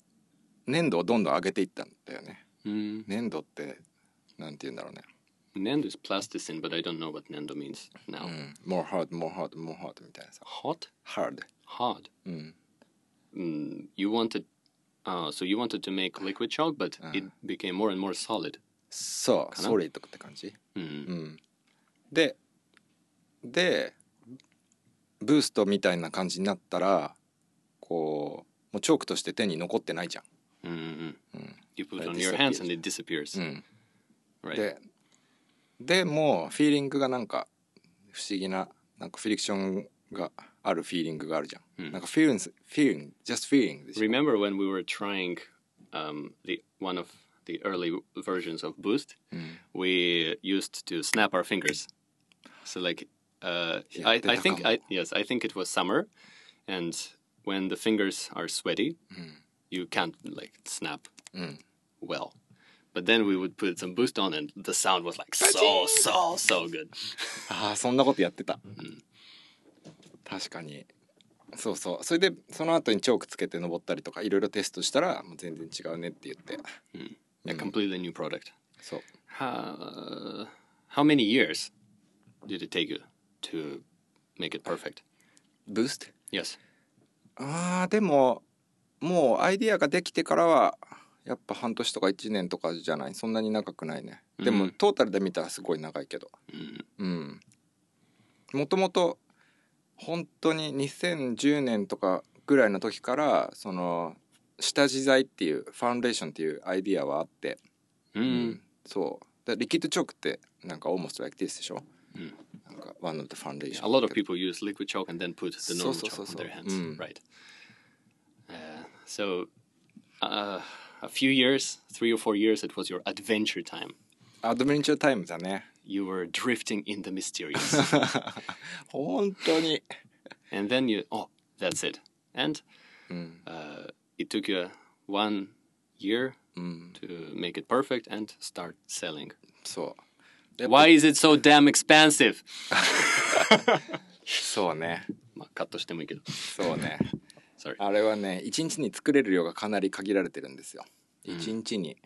Speaker 1: 粘土をどんどん上げていったんだよね
Speaker 3: Mm.
Speaker 1: 粘土ってなんて言うんだろうね
Speaker 3: Nendo is plasticine, but I don't know what Nendo means now.
Speaker 1: うん「more hard more hard more hard」みたいなさ
Speaker 3: Hot?
Speaker 1: 「hard
Speaker 3: Hard.
Speaker 1: うん」
Speaker 3: Mm, you wanted, uh, so you wanted to make liquid chalk, but it became more and more solid.
Speaker 1: そう「
Speaker 3: かな
Speaker 1: solid」って感じ
Speaker 3: Mm.
Speaker 1: うんででブーストみたいな感じになったらこうもうチョークとして手に残ってないじゃん
Speaker 3: Mm. You put
Speaker 1: It
Speaker 3: it Mm. on your hands
Speaker 1: disappears.
Speaker 3: and it disappears.
Speaker 1: うん
Speaker 3: Right.
Speaker 1: ででもうフィーリングがなんか不思議ななんかフリクションがあるフィーリングがあるじゃん、
Speaker 3: うん
Speaker 1: なんかフィーリングフィーリング just feeling でしょ
Speaker 3: Remember when we were trying um, the one of the early versions of Boost? We used to snap our fingers. So like, uh,
Speaker 1: Yeah,
Speaker 3: I, I
Speaker 1: the
Speaker 3: think I
Speaker 1: nakama.
Speaker 3: yes, I think it was summer, and when the fingers are sweaty, you can't like snap well. But then we would put some boost on, and the sound was like so so so good.
Speaker 1: ああそんなことやってた、確かにそうそうそれでその後にチョークつけて登ったりとかいろいろテストしたらもう全然違うねって言って、
Speaker 3: A completely new product.
Speaker 1: そう
Speaker 3: How, how many years did it take you to make it perfect?
Speaker 1: ブースト
Speaker 3: Yes.
Speaker 1: ああでももうアイディアができてからはやっぱ半年とか1年とかじゃないそんなに長くないねでも、
Speaker 3: うん
Speaker 1: トータルで見たらすごい長いけどうんもともと本当に2010年とかぐらいの時からその下地材っていうファンデーションっていうアイディアはあって、
Speaker 3: Mm.
Speaker 1: そうだリキッドチョークってなんか almost like this でしょ、
Speaker 3: うん
Speaker 1: なんか one of the foundation
Speaker 3: A lot of people use liquid chalk and then put the
Speaker 1: So,
Speaker 3: normal
Speaker 1: so,
Speaker 3: chalk
Speaker 1: so,
Speaker 3: on
Speaker 1: so.
Speaker 3: their hands.
Speaker 1: Mm.
Speaker 3: Right. Uh, so, uh, a few years, three or four years, it was your adventure time.
Speaker 1: アドベンチャータイムだね
Speaker 3: You were drifting in the mysterious.
Speaker 1: [LAUGHS] 本当に
Speaker 3: and then you, oh, that's it. And
Speaker 1: うん、
Speaker 3: uh, it took you one year
Speaker 1: うん、
Speaker 3: to make it perfect and start selling.
Speaker 1: そうやっぱ
Speaker 3: Why is it so damn expensive?
Speaker 1: そうね
Speaker 3: まあ、カットしてもいいけど。
Speaker 1: そうね
Speaker 3: Sorry.
Speaker 1: あれはね一日に作れる量がかなり限られてるんですよ一日に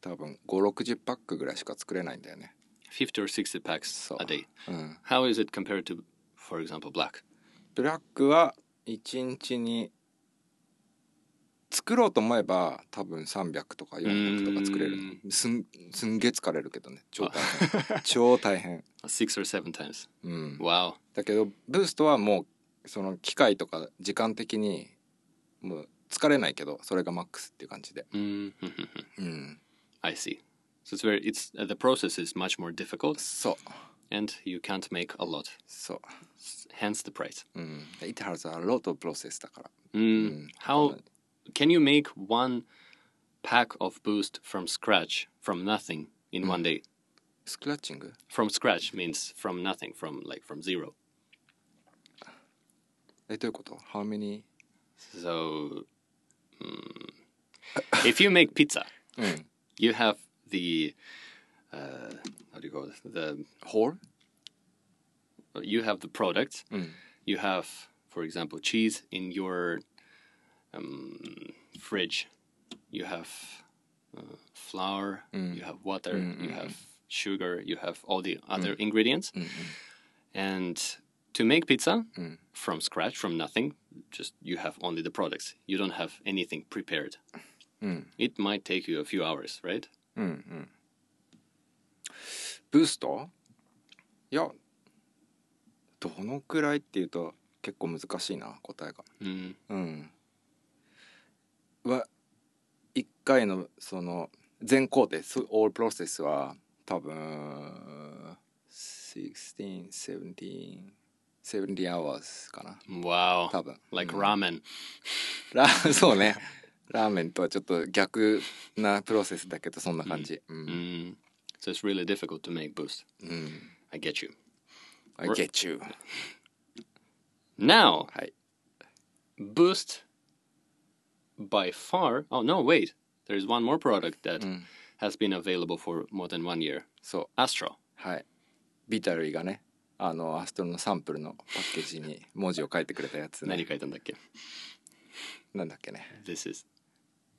Speaker 1: 多分560パックぐらいしか作れないんだよね
Speaker 3: 50 or 60 packs
Speaker 1: そう
Speaker 3: a day.
Speaker 1: うん、
Speaker 3: How is it compared to, for example, black?
Speaker 1: ブラックは1日に作ろうと思えば多分300とか400とか作れる
Speaker 3: う
Speaker 1: すんすんげえ疲れるけどね超大変 [LAUGHS] 超大変、
Speaker 3: Six or seven times.
Speaker 1: うん、
Speaker 3: Wow.
Speaker 1: だけどブーストはもうその機械とか時間的にもう疲れないけどそれがマックスっていう感じで、
Speaker 3: Mm.
Speaker 1: うん、
Speaker 3: [LAUGHS] I see. So it's very, it's, uh, the process is much more difficult
Speaker 1: そう
Speaker 3: and you can't make a lot.
Speaker 1: そう
Speaker 3: Hence the price.
Speaker 1: うん、It has a lot of process だから
Speaker 3: Mm. How can you make one pack of boost from scratch, from nothing in one day?
Speaker 1: スクラッチング
Speaker 3: From scratch means from nothing, from like from zero.
Speaker 1: えどういうこと How many
Speaker 3: So, mm, if you make pizza, you have the uh, how do you call it? The
Speaker 1: hole?
Speaker 3: you have the product.
Speaker 1: Mm.
Speaker 3: You have, for example, cheese in your um, fridge. You have uh, flour. You have water. You have sugar. You have all the other ingredients. And to make pizza from scratch, from nothing, just you have only the products. You don't have anything prepared. It might take you a few hours, right?
Speaker 1: ブーストいやどのくらいっていうと結構難しいな答えが
Speaker 3: Mm.
Speaker 1: うんは1回のその全工程す all process は多分1617 70 hours かな
Speaker 3: Wow.
Speaker 1: 多分
Speaker 3: Like ramen.
Speaker 1: ラ [LAUGHS] そうねラーメンとはちょっと逆なプロセスだけどそんな感じうん、
Speaker 3: Mm. So it's really difficult to make boost.
Speaker 1: うん、
Speaker 3: I get you.
Speaker 1: I get you
Speaker 3: Now,
Speaker 1: はい
Speaker 3: Boost by far. Oh no, wait. There's one more product that has been available for more than one year.
Speaker 1: そう
Speaker 3: Astro.
Speaker 1: はいビタルイがねあのアストロのサンプルのパッケージに文字を書いてくれたやつね
Speaker 3: 何書いたんだっけ？
Speaker 1: なんだっけね
Speaker 3: This is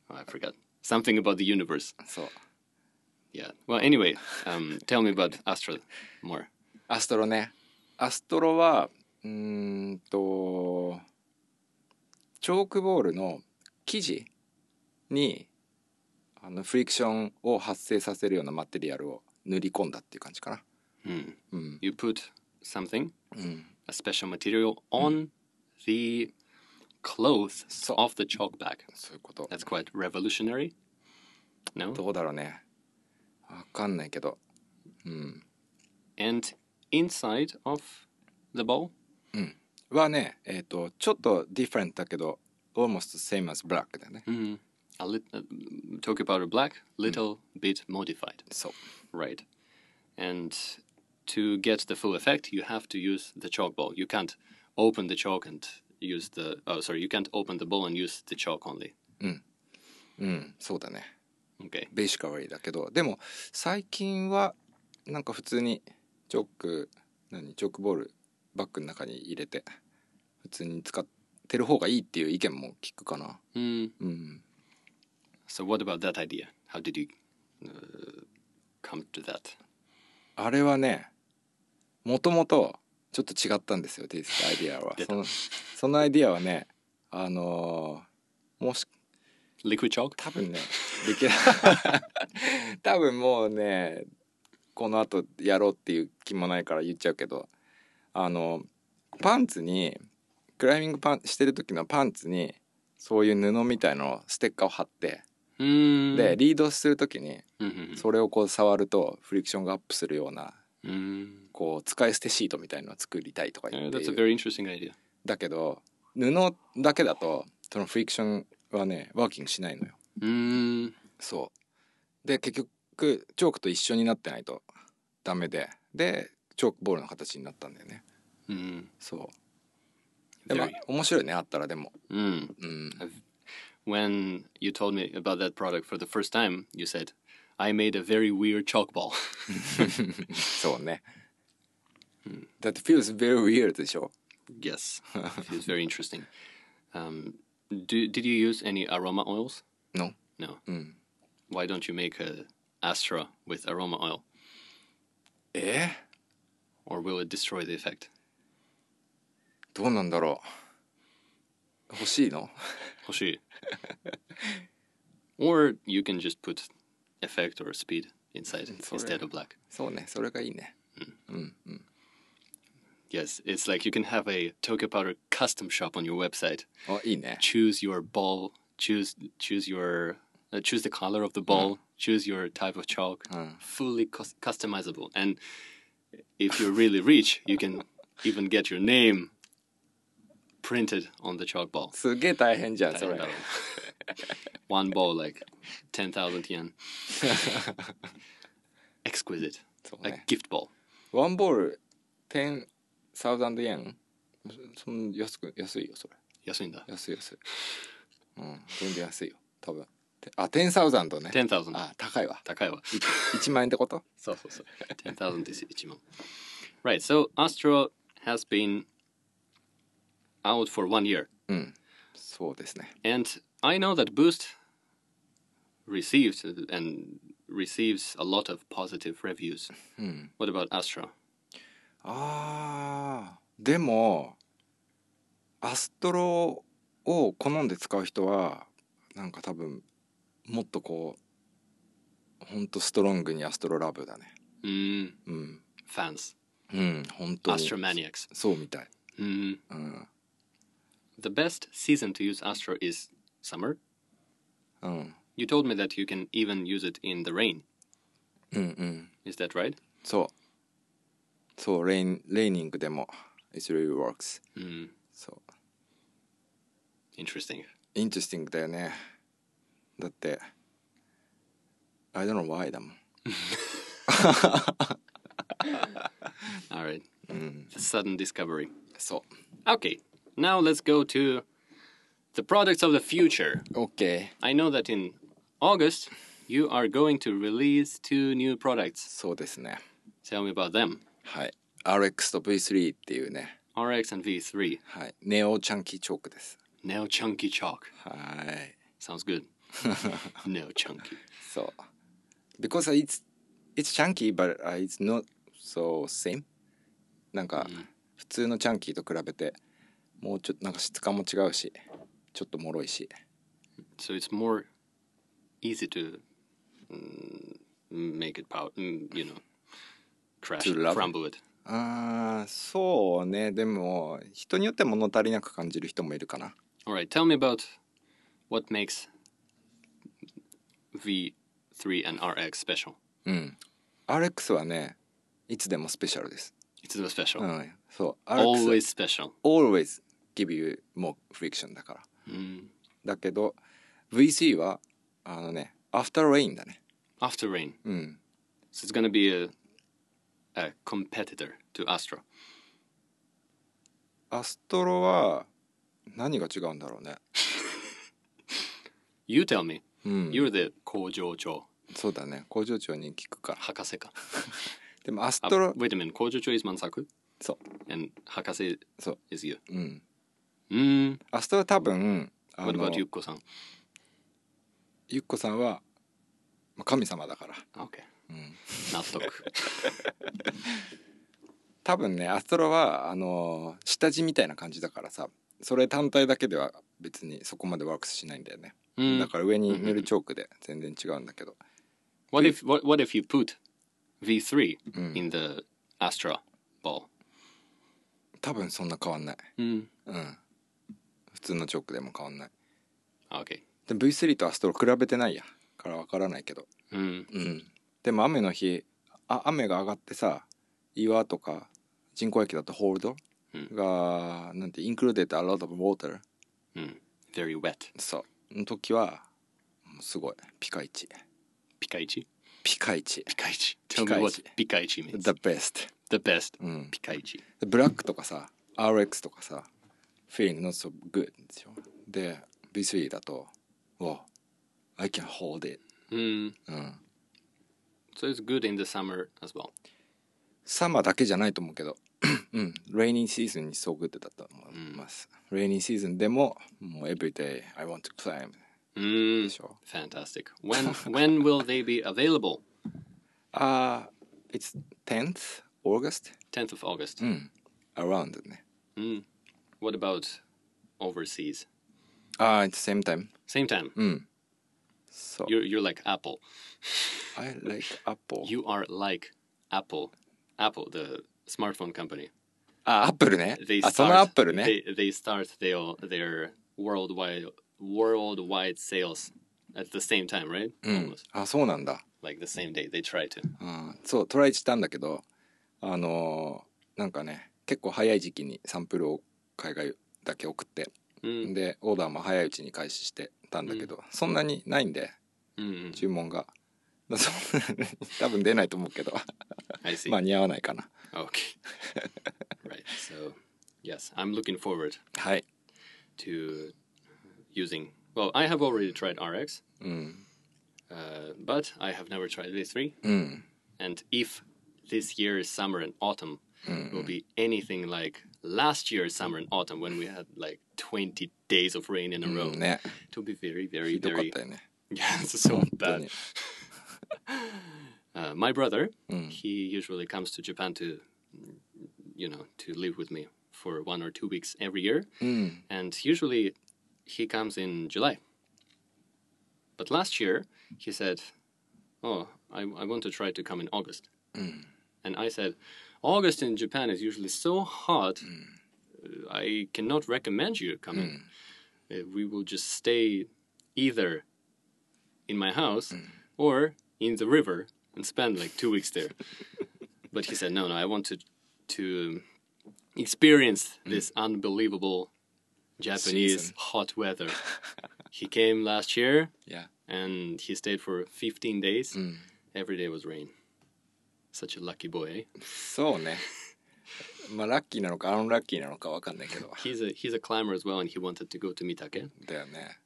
Speaker 3: oh, I forgot. Something about the universe.
Speaker 1: そう
Speaker 3: Yeah. Well, anyway, um, tell me about Astro more.
Speaker 1: アストロねアストロはうーんとチョークボールの生地にあのフリクションを発生させるようなマテリアルを塗り込んだっていう感じかな
Speaker 3: Mm.
Speaker 1: うん、
Speaker 3: You put something,
Speaker 1: うん、
Speaker 3: a special material, on the clothes
Speaker 1: So-
Speaker 3: of the chalk bag.
Speaker 1: そういうこと。
Speaker 3: That's quite revolutionary. No.
Speaker 1: どうだろうね。わかんないけど。
Speaker 3: and inside of the bowl?
Speaker 1: はねえっ、とちょっと different だけど almost same as black だよね
Speaker 3: Mm. A lit- uh, Tokyo Powder Black, little bit modified.
Speaker 1: そう
Speaker 3: Right. And to get the full effect, you have to use the chalk ball. You can't open the chalk and use the. Oh, sorry. You can't open the ball and use the chalk only.
Speaker 1: うんそうだね
Speaker 3: Okay.
Speaker 1: ベーシカワイだけどでも最近はなんか普通にチョーク何チョークボールバッグの中に入れて普通に使ってる方がいいっていう意見も聞くかな
Speaker 3: Mm.
Speaker 1: うん
Speaker 3: So, what about that idea? How did you uh, come to that?
Speaker 1: あれはねもともとちょっと違ったんですよデイズアイディアは
Speaker 3: 出た
Speaker 1: そのそのアイディアはねあのーもし
Speaker 3: Liquid chalk?
Speaker 1: 多分ねでき [LAUGHS] 多分もうねこのあとやろうっていう気もないから言っちゃうけどあのパンツにクライミングパンしてる時のパンツにそういう布みたいのをステッカーを貼って、
Speaker 3: Mm.
Speaker 1: でリードする時に
Speaker 3: Mhm.
Speaker 1: それをこう触るとフリクションがアップするような
Speaker 3: Mm.
Speaker 1: こう使い捨てシートみたいのを作りたいとか言
Speaker 3: Yeah,
Speaker 1: って
Speaker 3: that's a very interesting idea.
Speaker 1: だけど布だけだとそのフリクションはねワーキングしないのよ。
Speaker 3: Mm.
Speaker 1: そうで結局チョークと一緒になってないとダメででチョークボールの形になったんだよね
Speaker 3: Mm.
Speaker 1: そうでも
Speaker 3: Very.
Speaker 1: 面白いねあったらでも
Speaker 3: Mm.
Speaker 1: うん、
Speaker 3: when you told me about that product for the first time, you said, I made a very weird chalk ball. [LAUGHS]
Speaker 1: そうね、だって feels very weird でしょ
Speaker 3: yes, it's very interesting. Um, do, did you use any aroma oils?
Speaker 1: No
Speaker 3: No.
Speaker 1: うん
Speaker 3: Why don't you make a Astra with aroma oil?
Speaker 1: えー、
Speaker 3: Or will it destroy the effect?
Speaker 1: どうなんだろう欲しいの
Speaker 3: Hoshi. or you can just put effect or speed inside instead of black.
Speaker 1: そうねそれがいいね
Speaker 3: Yes, it's like you can have a Tokyo Powder custom shop on your website.
Speaker 1: あいいね
Speaker 3: choose your ball, choose choose your uh, choose the color of the ball, choose your type of chalk, fully cus- customizable. And if you're really rich, you can even get your name printed on the chalk ball.
Speaker 1: すげえ大変じゃんそれ
Speaker 3: [LAUGHS] One ball, like ten thousand yen. Exquisite,
Speaker 1: そう
Speaker 3: like
Speaker 1: ね
Speaker 3: gift ball.
Speaker 1: ワンボール10,000円そそん安く安いよそれ
Speaker 3: Yasuinda.
Speaker 1: 安い安いうん全然安いよ多分てあテンサウザンドね
Speaker 3: 10,000thousand.
Speaker 1: あ高いわ
Speaker 3: Takaiwa.
Speaker 1: 1万円ってこと
Speaker 3: [LAUGHS] 10,000 is Ichimon. Right, so Astro has been out for one year.
Speaker 1: そうですね
Speaker 3: And I know that Boost received and receives a lot of positive reviews. What about Astro?
Speaker 1: あーでもアストロを好んで使う人はなんか多分もっとこうほんとストロングにアストロラブだね
Speaker 3: Mm,
Speaker 1: うん
Speaker 3: fans,
Speaker 1: うん本当に
Speaker 3: Astro maniacs.
Speaker 1: そうみたい
Speaker 3: Mm.
Speaker 1: うん、
Speaker 3: The best season to use Astro is summer.
Speaker 1: うん、
Speaker 3: You told me that you can even use it in the rain.
Speaker 1: うんうん。
Speaker 3: Is that right?
Speaker 1: そう。そう、レイン、レイニングでも、it really works.
Speaker 3: Mm,
Speaker 1: そう。
Speaker 3: interesting.
Speaker 1: interesting だよね。だって、I don't know why だもん。
Speaker 3: All right.
Speaker 1: Mm.
Speaker 3: Sudden discovery.
Speaker 1: そ
Speaker 3: Okay, now let's go to the products of the future.
Speaker 1: う。OK。
Speaker 3: I know that in August you are going to release two new products.
Speaker 1: そうですね。
Speaker 3: Tell me about them
Speaker 1: はい。RX と V3 っていうね、
Speaker 3: RX and V3.
Speaker 1: はい。ネオチャンキーチョークです。
Speaker 3: Neo Chunky Chalk.
Speaker 1: はい。[LAUGHS]
Speaker 3: Sounds good. Neo Chunky.
Speaker 1: そう。because it's, it's chunky, but uh, it's not so same. なんか、普通のチャンキーと比べて、もうちょっとなんか質感も違うし、ちょっと脆いし。
Speaker 3: So it's more easy to mm, make it pow mm, you know, crash,
Speaker 1: To love it.
Speaker 3: crumble it.
Speaker 1: あーそうねでも人によって物足りなく感じる人もいるかな
Speaker 3: All right, tell me about what makes V3 and RX special.
Speaker 1: RX はねいつでもスペシャルです
Speaker 3: It's so special.
Speaker 1: うん、そう。RX
Speaker 3: Always special.
Speaker 1: always give you more friction だから。
Speaker 3: Mm.
Speaker 1: だけど VC はあのね after rain だね。
Speaker 3: After rain.
Speaker 1: うん。
Speaker 3: So it's gonna be a, a competitor to Astra.
Speaker 1: アストロは何が違うんだろうね。
Speaker 3: You tell me.
Speaker 1: うん。
Speaker 3: You're the Kojojo
Speaker 1: そうだね。工場長に聞くから。
Speaker 3: Hakase ka.
Speaker 1: でもアス
Speaker 3: Ah,
Speaker 1: トロ
Speaker 3: wait a minute. Kojojo is Mansaku
Speaker 1: そ
Speaker 3: and Hakase
Speaker 1: So.
Speaker 3: is you.
Speaker 1: う。うん。
Speaker 3: Mm.
Speaker 1: アストロは多分あ
Speaker 3: What
Speaker 1: の
Speaker 3: about Yuko san?
Speaker 1: ゆっこさんはまあ神様だから。
Speaker 3: Okay.
Speaker 1: うん。
Speaker 3: Nattoku.
Speaker 1: 多分ねアストロはあの下地みたいな感じだからさ。それ単体だけでは別にそこまでワークスしないんだよね。
Speaker 3: Mm.
Speaker 1: だから上に塗るチョークで全然違うんだけど。
Speaker 3: What if what what if you put V3
Speaker 1: Mm.
Speaker 3: in the Astra ball?
Speaker 1: 多分そんな変わんない。
Speaker 3: Mm.
Speaker 1: うん。普通のチョークでも変わんない。
Speaker 3: Okay.
Speaker 1: でも V3 とアストロ比べてないや。からわからないけど。
Speaker 3: Mm.
Speaker 1: うん。でも雨の日、あ雨が上がってさ、岩とか人工液だとホールド
Speaker 3: うん
Speaker 1: が、なんて、インクルーデッドアロード water。
Speaker 3: Mm. Very wet.
Speaker 1: そう。の時は、もうすごい。ピカイチ。
Speaker 3: Pikaichi.
Speaker 1: ピカイチ。
Speaker 3: Pikaichi. Tell me what
Speaker 1: Pikaichi.
Speaker 3: Pikaichi means.
Speaker 1: The best。
Speaker 3: The best.
Speaker 1: うん。
Speaker 3: Pikaichi.
Speaker 1: でブラックとかさ RX とかさ Feeling not so good でしょで V3 だと Wow I can hold it
Speaker 3: Mm.
Speaker 1: うん、
Speaker 3: So it's good in the summer as well.
Speaker 1: サマーだけじゃないと思うけど [CLEARS THROAT] うんレイニーシーズンに so good だと思います、レイニーシーズンでももう Every day I want to climb で
Speaker 3: Mm.
Speaker 1: しょ
Speaker 3: Fantastic. [LAUGHS] When when will they be available?
Speaker 1: あー、It's 10th August
Speaker 3: Tenth of August.
Speaker 1: うん around ね
Speaker 3: Mm. What about overseas?
Speaker 1: ああ It's same time
Speaker 3: Same time.
Speaker 1: うんそう
Speaker 3: You're you're like Apple.
Speaker 1: I like Apple
Speaker 3: You are like Apple. Apple, the smartphone company.
Speaker 1: あ Apple ね
Speaker 3: they
Speaker 1: あ
Speaker 3: start,
Speaker 1: その Apple ね
Speaker 3: they, they start their their worldwide worldwide sales at the same time, right?
Speaker 1: うん、あそうなんだ
Speaker 3: like the same day they try to.
Speaker 1: うんそうトライしたんだけどあのーなんかね結構早い時期にサンプルを海外だけ送って、
Speaker 3: Mm,
Speaker 1: でオーダーも早いうちに開始してたんだけど、そんなにないんで
Speaker 3: mm, mm.
Speaker 1: 注文が、そんな [LAUGHS] 多分出ないと思うけど
Speaker 3: I see.
Speaker 1: 間に合わないかな
Speaker 3: Okay. [LAUGHS] right. So, yes, I'm looking forward
Speaker 1: はい
Speaker 3: to using. Well, I have already tried RX,
Speaker 1: うん
Speaker 3: uh, but I have never tried V3.
Speaker 1: うん、
Speaker 3: And if this year's summer and autumn will be anything like last year's summer and autumn when we had like 20 days of rain in a
Speaker 1: う
Speaker 3: row,
Speaker 1: ん、ね
Speaker 3: it will be very, very,
Speaker 1: ひどかっ
Speaker 3: very.
Speaker 1: たよね
Speaker 3: [LAUGHS] Yeah, it's so
Speaker 1: 本当
Speaker 3: bad.
Speaker 1: に
Speaker 3: Uh, my brother,
Speaker 1: Mm.
Speaker 3: he usually comes to Japan to, you know, to live with me for one or two weeks every year,
Speaker 1: うん、
Speaker 3: and usually he comes in July. But last year he said, "Oh, I, I want to try to come in August," and I said, "August in Japan is usually so hot. uh, I cannot recommend you coming. Uh, we will just stay either in my house or in the river and spend like two weeks there. but he said, no, no, I want to to um, experience this unbelievable Japanese
Speaker 1: Season.
Speaker 3: hot weather. he came last year
Speaker 1: いや
Speaker 3: and he stayed for 15 days. Every day was rain. Such a lucky boy. Eh?
Speaker 1: そうねまあラッキーなのかアンラッキーなのかわかんないけど
Speaker 3: He's a he's a climber as well, and he wanted to go to Mitake.
Speaker 1: だよね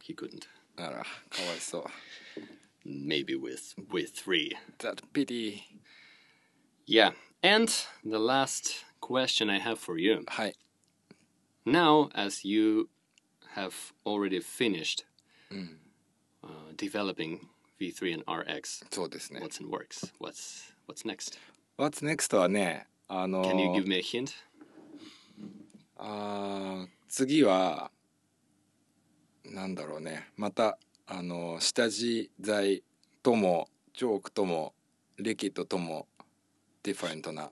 Speaker 3: He couldn't.
Speaker 1: あらかわいそう
Speaker 3: Maybe with with three.
Speaker 1: That pity
Speaker 3: Yeah. And the last question I have for you.
Speaker 1: はい
Speaker 3: Now, as you have already finished uh, developing V3 and RX,
Speaker 1: そうですね。
Speaker 3: what's in works? What's what's next?
Speaker 1: What's next はね、あの
Speaker 3: Can you give me a hint?
Speaker 1: あー次はなんだろうね。またあの下地材ともチョークともリキッドともディファレントな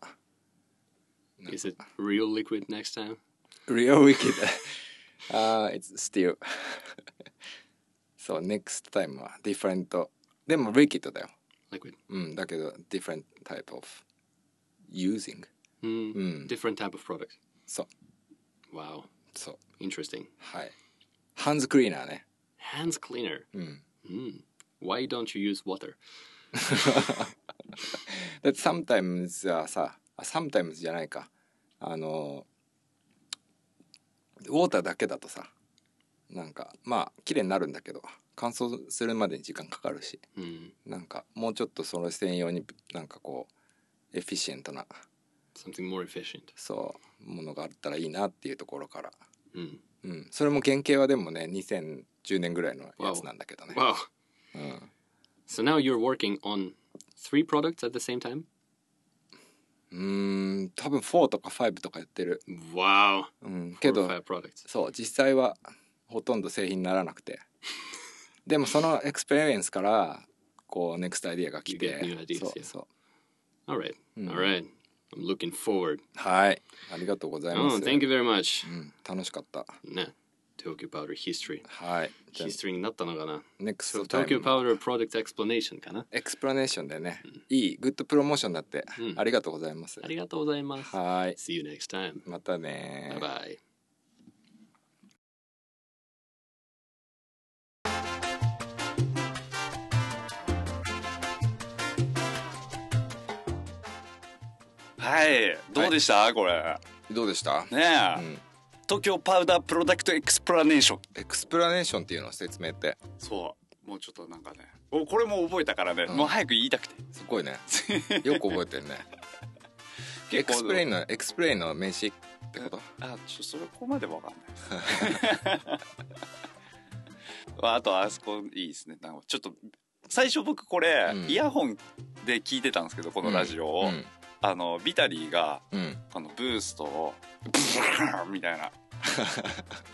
Speaker 3: Is it real liquid next time?
Speaker 1: real wicked 。ああ、it's still [LAUGHS] そう next time は different でもリキッドだよ。
Speaker 3: Liquid.
Speaker 1: うん、だけど different type of using、
Speaker 3: Mm.
Speaker 1: Mm.
Speaker 3: Different type of product.
Speaker 1: そう
Speaker 3: Wow.
Speaker 1: そう
Speaker 3: Interesting.
Speaker 1: はいハンズクリーナーね
Speaker 3: Hands cleaner.
Speaker 1: うん
Speaker 3: Mm. Why don't you use water?
Speaker 1: だって sometimes はさあ sometimes じゃないかあのウォーターだけだとさなんかまあ綺麗になるんだけど乾燥するまでに時間かかるし
Speaker 3: Mm.
Speaker 1: なんかもうちょっとその専用になんかこうエフィシエントな
Speaker 3: Something more efficient.
Speaker 1: そうものがあったらいいなっていうところから、
Speaker 3: Mm.
Speaker 1: うん、それも原型はでもね2010年ぐらいのやつなんだけどね、
Speaker 3: Wow.
Speaker 1: うん、
Speaker 3: So now you're working on three products at the same time?
Speaker 1: うーん多分4とか5とかやってる、
Speaker 3: Wow.
Speaker 1: うん、
Speaker 3: Four
Speaker 1: け
Speaker 3: or
Speaker 1: ど
Speaker 3: five products.
Speaker 1: そう実際はほとんど製品にならなく
Speaker 3: [LAUGHS]
Speaker 1: てでもそのエクスペリエンスからこうネクストアイディアが来
Speaker 3: You get
Speaker 1: て
Speaker 3: new ideas,
Speaker 1: そう
Speaker 3: yeah.
Speaker 1: そう
Speaker 3: All right.
Speaker 1: Mm.
Speaker 3: All right. I'm looking forward.
Speaker 1: はいありがとうございま
Speaker 3: Oh,
Speaker 1: す
Speaker 3: thank you very much.
Speaker 1: うん、楽しかった
Speaker 3: Nah. Tokyo Powder history.
Speaker 1: はいじゃ
Speaker 3: History になったのかな
Speaker 1: あネク
Speaker 3: So
Speaker 1: スト
Speaker 3: Tokyo Powder product explanation かな
Speaker 1: エクスプラネーションでねいいグッドプロモーションだって、
Speaker 3: うん
Speaker 1: ありがとうございます
Speaker 3: ありがとうございます。
Speaker 1: はい
Speaker 3: See you next time.
Speaker 1: またね
Speaker 3: Bye bye.
Speaker 2: はいどうでした、これ
Speaker 1: どうでした、
Speaker 2: ねえ、
Speaker 1: うん
Speaker 2: 東京パウダープロダクトエクスプラネーション
Speaker 1: エクスプラネーションっていうの説明って
Speaker 2: そうもうちょっとなんかねおこれも覚えたからね、
Speaker 1: うん
Speaker 2: もう早く言いたくて
Speaker 1: すごい
Speaker 3: [LAUGHS]
Speaker 1: ねよく覚えてるねエクスプレインのエクスプレインの名詞ってこと
Speaker 2: あちょそれここまでわかんない [LAUGHS] ですあとあそこいいですねなんかちょっと最初僕これ、
Speaker 1: うん
Speaker 2: イヤホンで聞いてたんですけどこのラジオを、
Speaker 1: うん
Speaker 2: あのビタリーが
Speaker 1: うん
Speaker 2: あのブーストをブーンみたい
Speaker 1: [LAUGHS]
Speaker 2: なう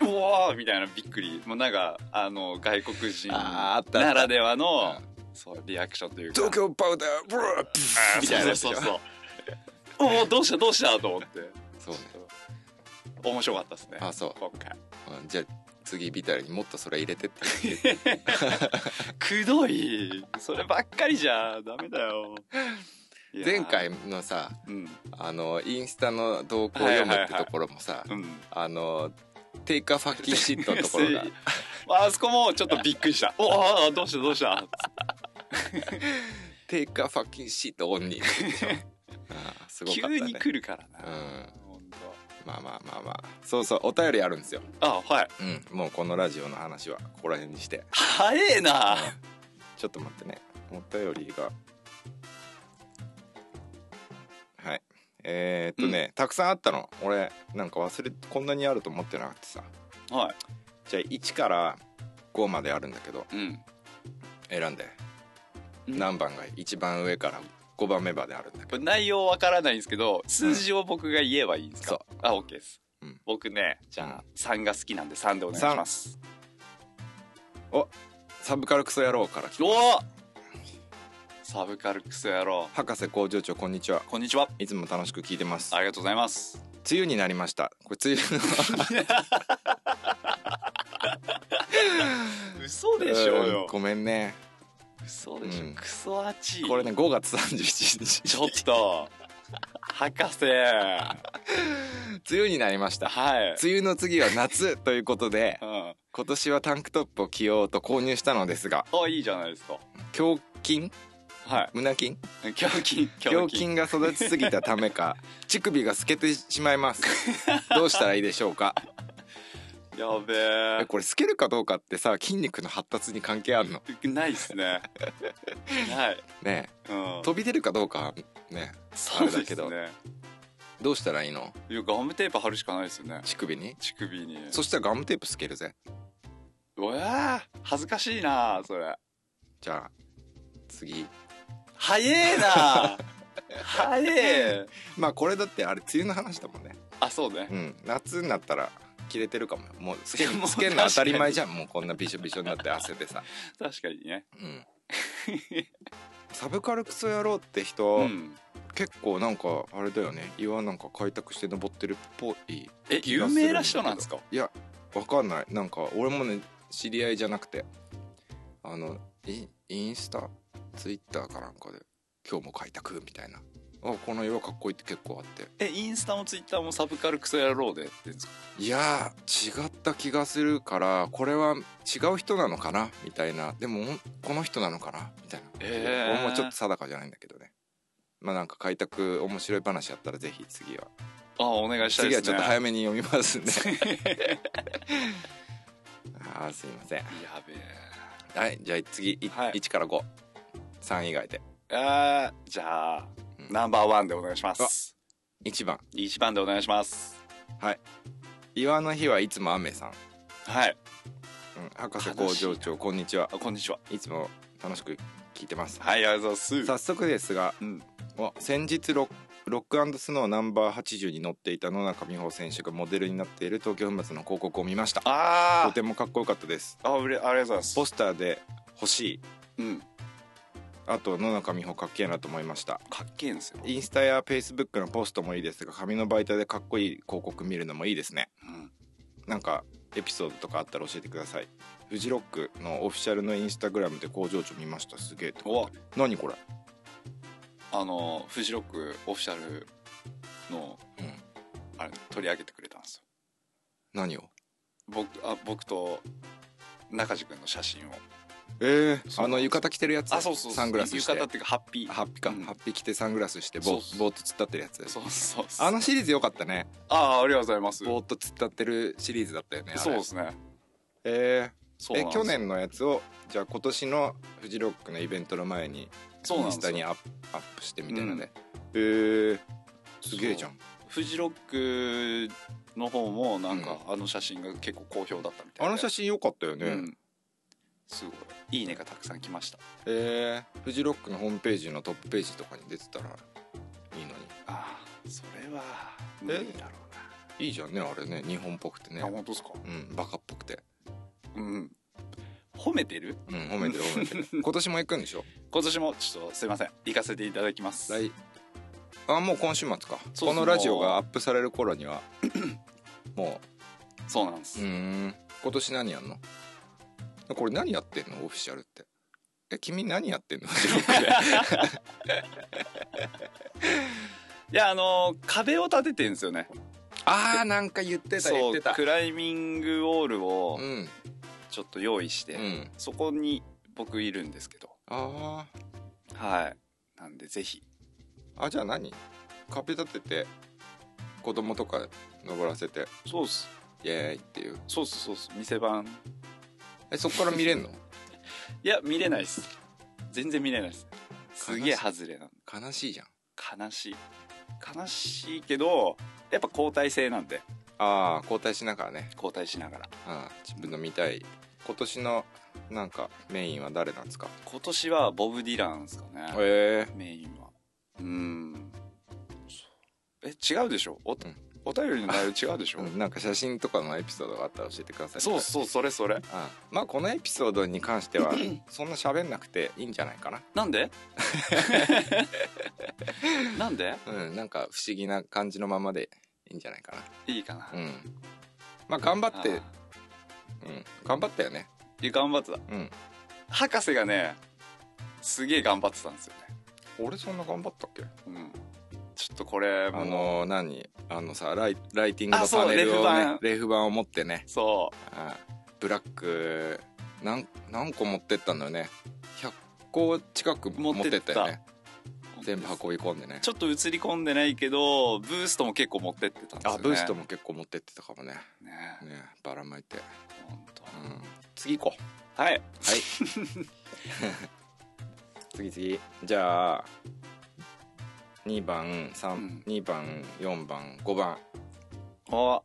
Speaker 2: おーみたいなびっくりもうなんかあの外国人
Speaker 1: あーあったあった
Speaker 2: ならではの
Speaker 1: う
Speaker 2: そうリアクションというか
Speaker 1: 東京パウダーブワープ
Speaker 2: あー
Speaker 1: みたいなやつ
Speaker 2: そうそうそうそうおおどうしたどうしたと思って
Speaker 1: そうね
Speaker 2: 面白かったですね
Speaker 1: あそう
Speaker 2: 今回
Speaker 1: うんじゃあ次ビタルにもっとそれ入れてって言って
Speaker 2: くどいそればっかりじゃダメだよいやー
Speaker 1: 前回のさ
Speaker 2: うん
Speaker 1: あのインスタの動向を読むってところもさ
Speaker 2: うん
Speaker 1: あのテイカーファッキーシットのところ
Speaker 2: [LAUGHS]
Speaker 1: が
Speaker 2: あそこもちょっとびっく
Speaker 1: [LAUGHS]
Speaker 2: りしたおおどうしたどうした
Speaker 1: テイカーファッキーシットオン
Speaker 2: [LAUGHS]
Speaker 1: にあーすごかった
Speaker 2: 急に
Speaker 1: ね
Speaker 2: 来るからな
Speaker 1: う
Speaker 2: 本
Speaker 1: まあまあまあまあそうそうお便りあるんですよ
Speaker 2: 当あはい
Speaker 1: うんもうこのラジオの話はここら辺にして
Speaker 2: 早えな
Speaker 1: ちょっと待ってねお便りがはいえーっとね、たくさんあったの俺なんか忘れこんなにあると思ってなくてさ
Speaker 2: は
Speaker 1: じゃあ1から5まであるんだけど
Speaker 2: いうん
Speaker 1: 選んで
Speaker 2: うん
Speaker 1: 何番が一番上から5番目まであるんだけ
Speaker 2: これ内容わからないんですけど数字を僕が言えばいいんです
Speaker 1: そ
Speaker 2: か、あオッケーです、
Speaker 1: うん
Speaker 2: 僕ねじゃあ3が好きなんで3でお願いします
Speaker 1: どおサブカルクソ野郎から来た
Speaker 2: おおサブカルクソ野郎
Speaker 1: 博士工場長こんにちは
Speaker 2: こんにちはい
Speaker 1: つも楽しく聞いてます
Speaker 2: ありがとうございます
Speaker 1: 梅雨になりましたこれ梅雨の
Speaker 2: 嘘でしょよ
Speaker 1: ごめんね
Speaker 2: 嘘でしょ、
Speaker 1: うん
Speaker 2: クソ熱い
Speaker 1: これね5月31日
Speaker 2: ちょっと博士
Speaker 1: [LAUGHS] 梅雨になりました
Speaker 2: はい、
Speaker 1: 梅雨の次は夏ということで
Speaker 2: うん、
Speaker 1: 今年はタンクトップを着ようと購入したのですが
Speaker 2: あいいじゃないですか
Speaker 1: 胸筋
Speaker 2: はい
Speaker 1: 胸筋
Speaker 2: 胸筋
Speaker 1: 胸筋が育ちすぎたため [LAUGHS] か乳首が透けてしまいますどうしたらいいでしょうか
Speaker 2: やべ
Speaker 1: えこれ透けるかどうかってさ筋肉の発達に関係あるの
Speaker 2: えないっすねない、
Speaker 1: ね
Speaker 2: うん
Speaker 1: え、飛び出るかどうかね
Speaker 2: そう
Speaker 1: あれ
Speaker 2: で
Speaker 1: だけ
Speaker 2: す
Speaker 1: ど
Speaker 2: ね
Speaker 1: どうしたらいいの
Speaker 2: いやガムテープ貼るしかないですよね
Speaker 1: 乳首に
Speaker 2: 乳首に
Speaker 1: そしたらガムテープ透けるぜ
Speaker 2: うわー恥ずかしいなそれ
Speaker 1: じゃあ次
Speaker 2: 早え
Speaker 1: [LAUGHS]
Speaker 2: な早え
Speaker 1: まあこれだってあれ梅雨の話だもんね
Speaker 2: あそうね
Speaker 1: うん、夏になったら切れてるかもよもうつけ
Speaker 2: いやもう
Speaker 1: つけんの当たり前じゃんもうこんなびしょびしょになって汗でさ、
Speaker 2: 確かにね
Speaker 1: う
Speaker 2: [LAUGHS]
Speaker 1: ん、サブカルクソ野郎って人、
Speaker 2: うん
Speaker 1: 結構なんかあれだよね岩なんか開拓して登ってるっぽい
Speaker 2: え
Speaker 1: 気
Speaker 2: 有
Speaker 1: がするんだけど
Speaker 2: 名な人なんですか
Speaker 1: いやわかんないなんか俺もね知り合いじゃなくてあのインインスタツイッターかなんかで「今日も開拓」みたいなあこの色かっこいいって結構あって
Speaker 2: えインスタもツイッターもサブカルクソ野郎でやってんですか
Speaker 1: いやー違った気がするからこれは違う人なのかなみたいなでもほんこの人なのかなみたいな、
Speaker 2: へー
Speaker 1: 俺もちょっと定かじゃないんだけどねまあなんか開拓面白い話あったらぜひ次は、
Speaker 2: あお願いしたい
Speaker 1: 次
Speaker 2: で
Speaker 1: はち
Speaker 2: すね
Speaker 1: ょっと早めに読みます
Speaker 2: [LAUGHS]
Speaker 1: んであーすいません
Speaker 2: やべ
Speaker 1: はいじゃあ次、い
Speaker 2: はい
Speaker 1: 1から53以外で
Speaker 2: えあーじゃあ
Speaker 1: うん
Speaker 2: ナンバーワンでお願いします
Speaker 1: 1番
Speaker 2: 一番でお願いします
Speaker 1: 「岩の日はいつも雨さん」
Speaker 2: はい
Speaker 1: うん、博士工場長こんにちは
Speaker 2: あこんにちはい
Speaker 1: つも楽しく聞いてます、
Speaker 2: はいありがとうございます
Speaker 1: 早速ですが
Speaker 2: うん
Speaker 1: お先日ロロックスノーナンバー80に乗っていた野中美穂選手がモデルになっている東京粉末の広告を見ましたと
Speaker 2: あー
Speaker 1: てもかっこよかったです
Speaker 2: あうれありがとうございます
Speaker 1: ポスターで欲しい
Speaker 2: うん
Speaker 1: あと野中美穂かっけえなと思いました
Speaker 2: かっけえんですよ、
Speaker 1: インスタやフェイスブックのポストもいいですが紙の媒体でかっこいい広告見るのもいいですね
Speaker 2: うん、
Speaker 1: なんかエピソードとかあったら教えてくださいフジロックのオフィシャルのインスタグラムで工場長見ましたすげえって
Speaker 2: お
Speaker 1: 何これ
Speaker 2: あのフジロックオフィシャルの、
Speaker 1: うん
Speaker 2: あれ取り上げてくれたんですよ
Speaker 1: 何を
Speaker 2: 僕あ僕と中地君の写真を
Speaker 1: ええ
Speaker 2: そう
Speaker 1: あの浴衣着てるやつ
Speaker 2: あそうそうそう
Speaker 1: サングラスして
Speaker 2: 浴衣っていうかハッピー
Speaker 1: ハッピか、
Speaker 2: うん
Speaker 1: ハッピ着てサングラスして
Speaker 2: そ
Speaker 1: ボ
Speaker 2: うそう
Speaker 1: ボート突っ立ってるやつ
Speaker 2: そうそうそう
Speaker 1: あのシリーズ良かったね
Speaker 2: あーありがとうございます
Speaker 1: ボート突っ立ってるシリーズだったよねあれ
Speaker 2: そうですね
Speaker 1: え
Speaker 2: そ
Speaker 1: ー
Speaker 2: う
Speaker 1: え
Speaker 2: なんです
Speaker 1: 去年のやつをじゃあ今年のフジロックのイベントの前に
Speaker 2: そう
Speaker 1: イ
Speaker 2: な
Speaker 1: ン
Speaker 2: ん
Speaker 1: ス
Speaker 2: です
Speaker 1: タ
Speaker 2: よ
Speaker 1: にアップアップしてみたいなので、えー、すげえじゃん
Speaker 2: フジロックの方もなんか、あの写真が結構好評だったみたい
Speaker 1: あ
Speaker 2: で
Speaker 1: の写真良かったよね、
Speaker 2: うん、すごいいいねがたくさん来ました
Speaker 1: えー、フジロックのホームページのトップページとかに出てたらいいのに
Speaker 2: ああそれは無理だろ
Speaker 1: いいじゃんねあれね日本っぽくて
Speaker 2: う
Speaker 1: ね
Speaker 2: な、あ本当ですか
Speaker 1: うんバカっぽくて
Speaker 2: うん褒めてる
Speaker 1: うん褒めてる褒めて [LAUGHS] る今年も行くんでしょ
Speaker 2: 今年もちょっとすいません行かせていただきます
Speaker 1: 来あもう今週末か
Speaker 2: そう
Speaker 1: このラジオがアップされる頃には [CLEARS THROAT] も
Speaker 2: そうなんで
Speaker 1: う
Speaker 2: す、
Speaker 1: うーん今年何やんのこれ何やってんのオフィシャルってえ君何やってんの
Speaker 2: いやあのー壁を立ててんですよね
Speaker 1: [LAUGHS] ああなんか言ってた言ってた
Speaker 2: クライミングウォールを
Speaker 1: うん
Speaker 2: ちょっと用意して、
Speaker 1: うん
Speaker 2: そこに僕いるんですけど
Speaker 1: あー
Speaker 2: はいなんでぜひ
Speaker 1: あじゃあ何壁立てて子供とか登らせて
Speaker 2: そうっす
Speaker 1: イエーイっていう
Speaker 2: そうっすそうっす店番
Speaker 1: えそこから見れんの
Speaker 2: いや見れないっす全然見れないっすすげえ外れなの
Speaker 1: [LAUGHS] 悲しいじゃん
Speaker 2: 悲しい悲しいけどやっぱ交代制なんで
Speaker 1: ああ交代しながらね
Speaker 2: 交代しながら
Speaker 1: あー自分の見たい今年のなんかメインは誰なんですか
Speaker 2: 今年はボブ・ディランですかね、
Speaker 1: へえ
Speaker 2: メインはうんそうえ違うでしょお,、
Speaker 1: ん
Speaker 2: お便りの内容違うでしょ、
Speaker 1: なんか写真とかのエピソードがあったら教えてください
Speaker 2: そうそうそれそれ
Speaker 1: あまあこのエピソードに関してはそんな喋んなくていいんじゃないかな
Speaker 2: なんで [LAUGHS] なんで
Speaker 1: うんなんか不思議な感じのままでいいんじゃないか
Speaker 2: いいかな
Speaker 1: なうんまあ頑張って
Speaker 2: あ
Speaker 1: うん頑張ったよね
Speaker 2: ー頑張ってた
Speaker 1: うん
Speaker 2: 博士がねすげえ頑張ってたんですよ
Speaker 1: 俺そんな頑張ったっけ
Speaker 2: ねうんちょっとこれもう
Speaker 1: あのー何あのさライライティングの
Speaker 2: あそう
Speaker 1: パネルを
Speaker 2: レフ
Speaker 1: ね
Speaker 2: 板
Speaker 1: レフ板を持ってね
Speaker 2: そ
Speaker 1: あブラック何何個持ってったんだよね100個近く持ってったよね
Speaker 2: う
Speaker 1: 全部運び込んでね
Speaker 2: ちょっと映り込んでないけどブーストも結構持ってってたんですよ、
Speaker 1: あ
Speaker 2: ね、
Speaker 1: ブーストも結構持ってってたかもね
Speaker 2: ね
Speaker 1: ねばらまいて、
Speaker 2: ほんと
Speaker 1: うん、次行こう
Speaker 2: はい
Speaker 1: はい次次じゃあ2番
Speaker 2: う
Speaker 1: 三
Speaker 2: ん
Speaker 1: 二番4番5番
Speaker 2: お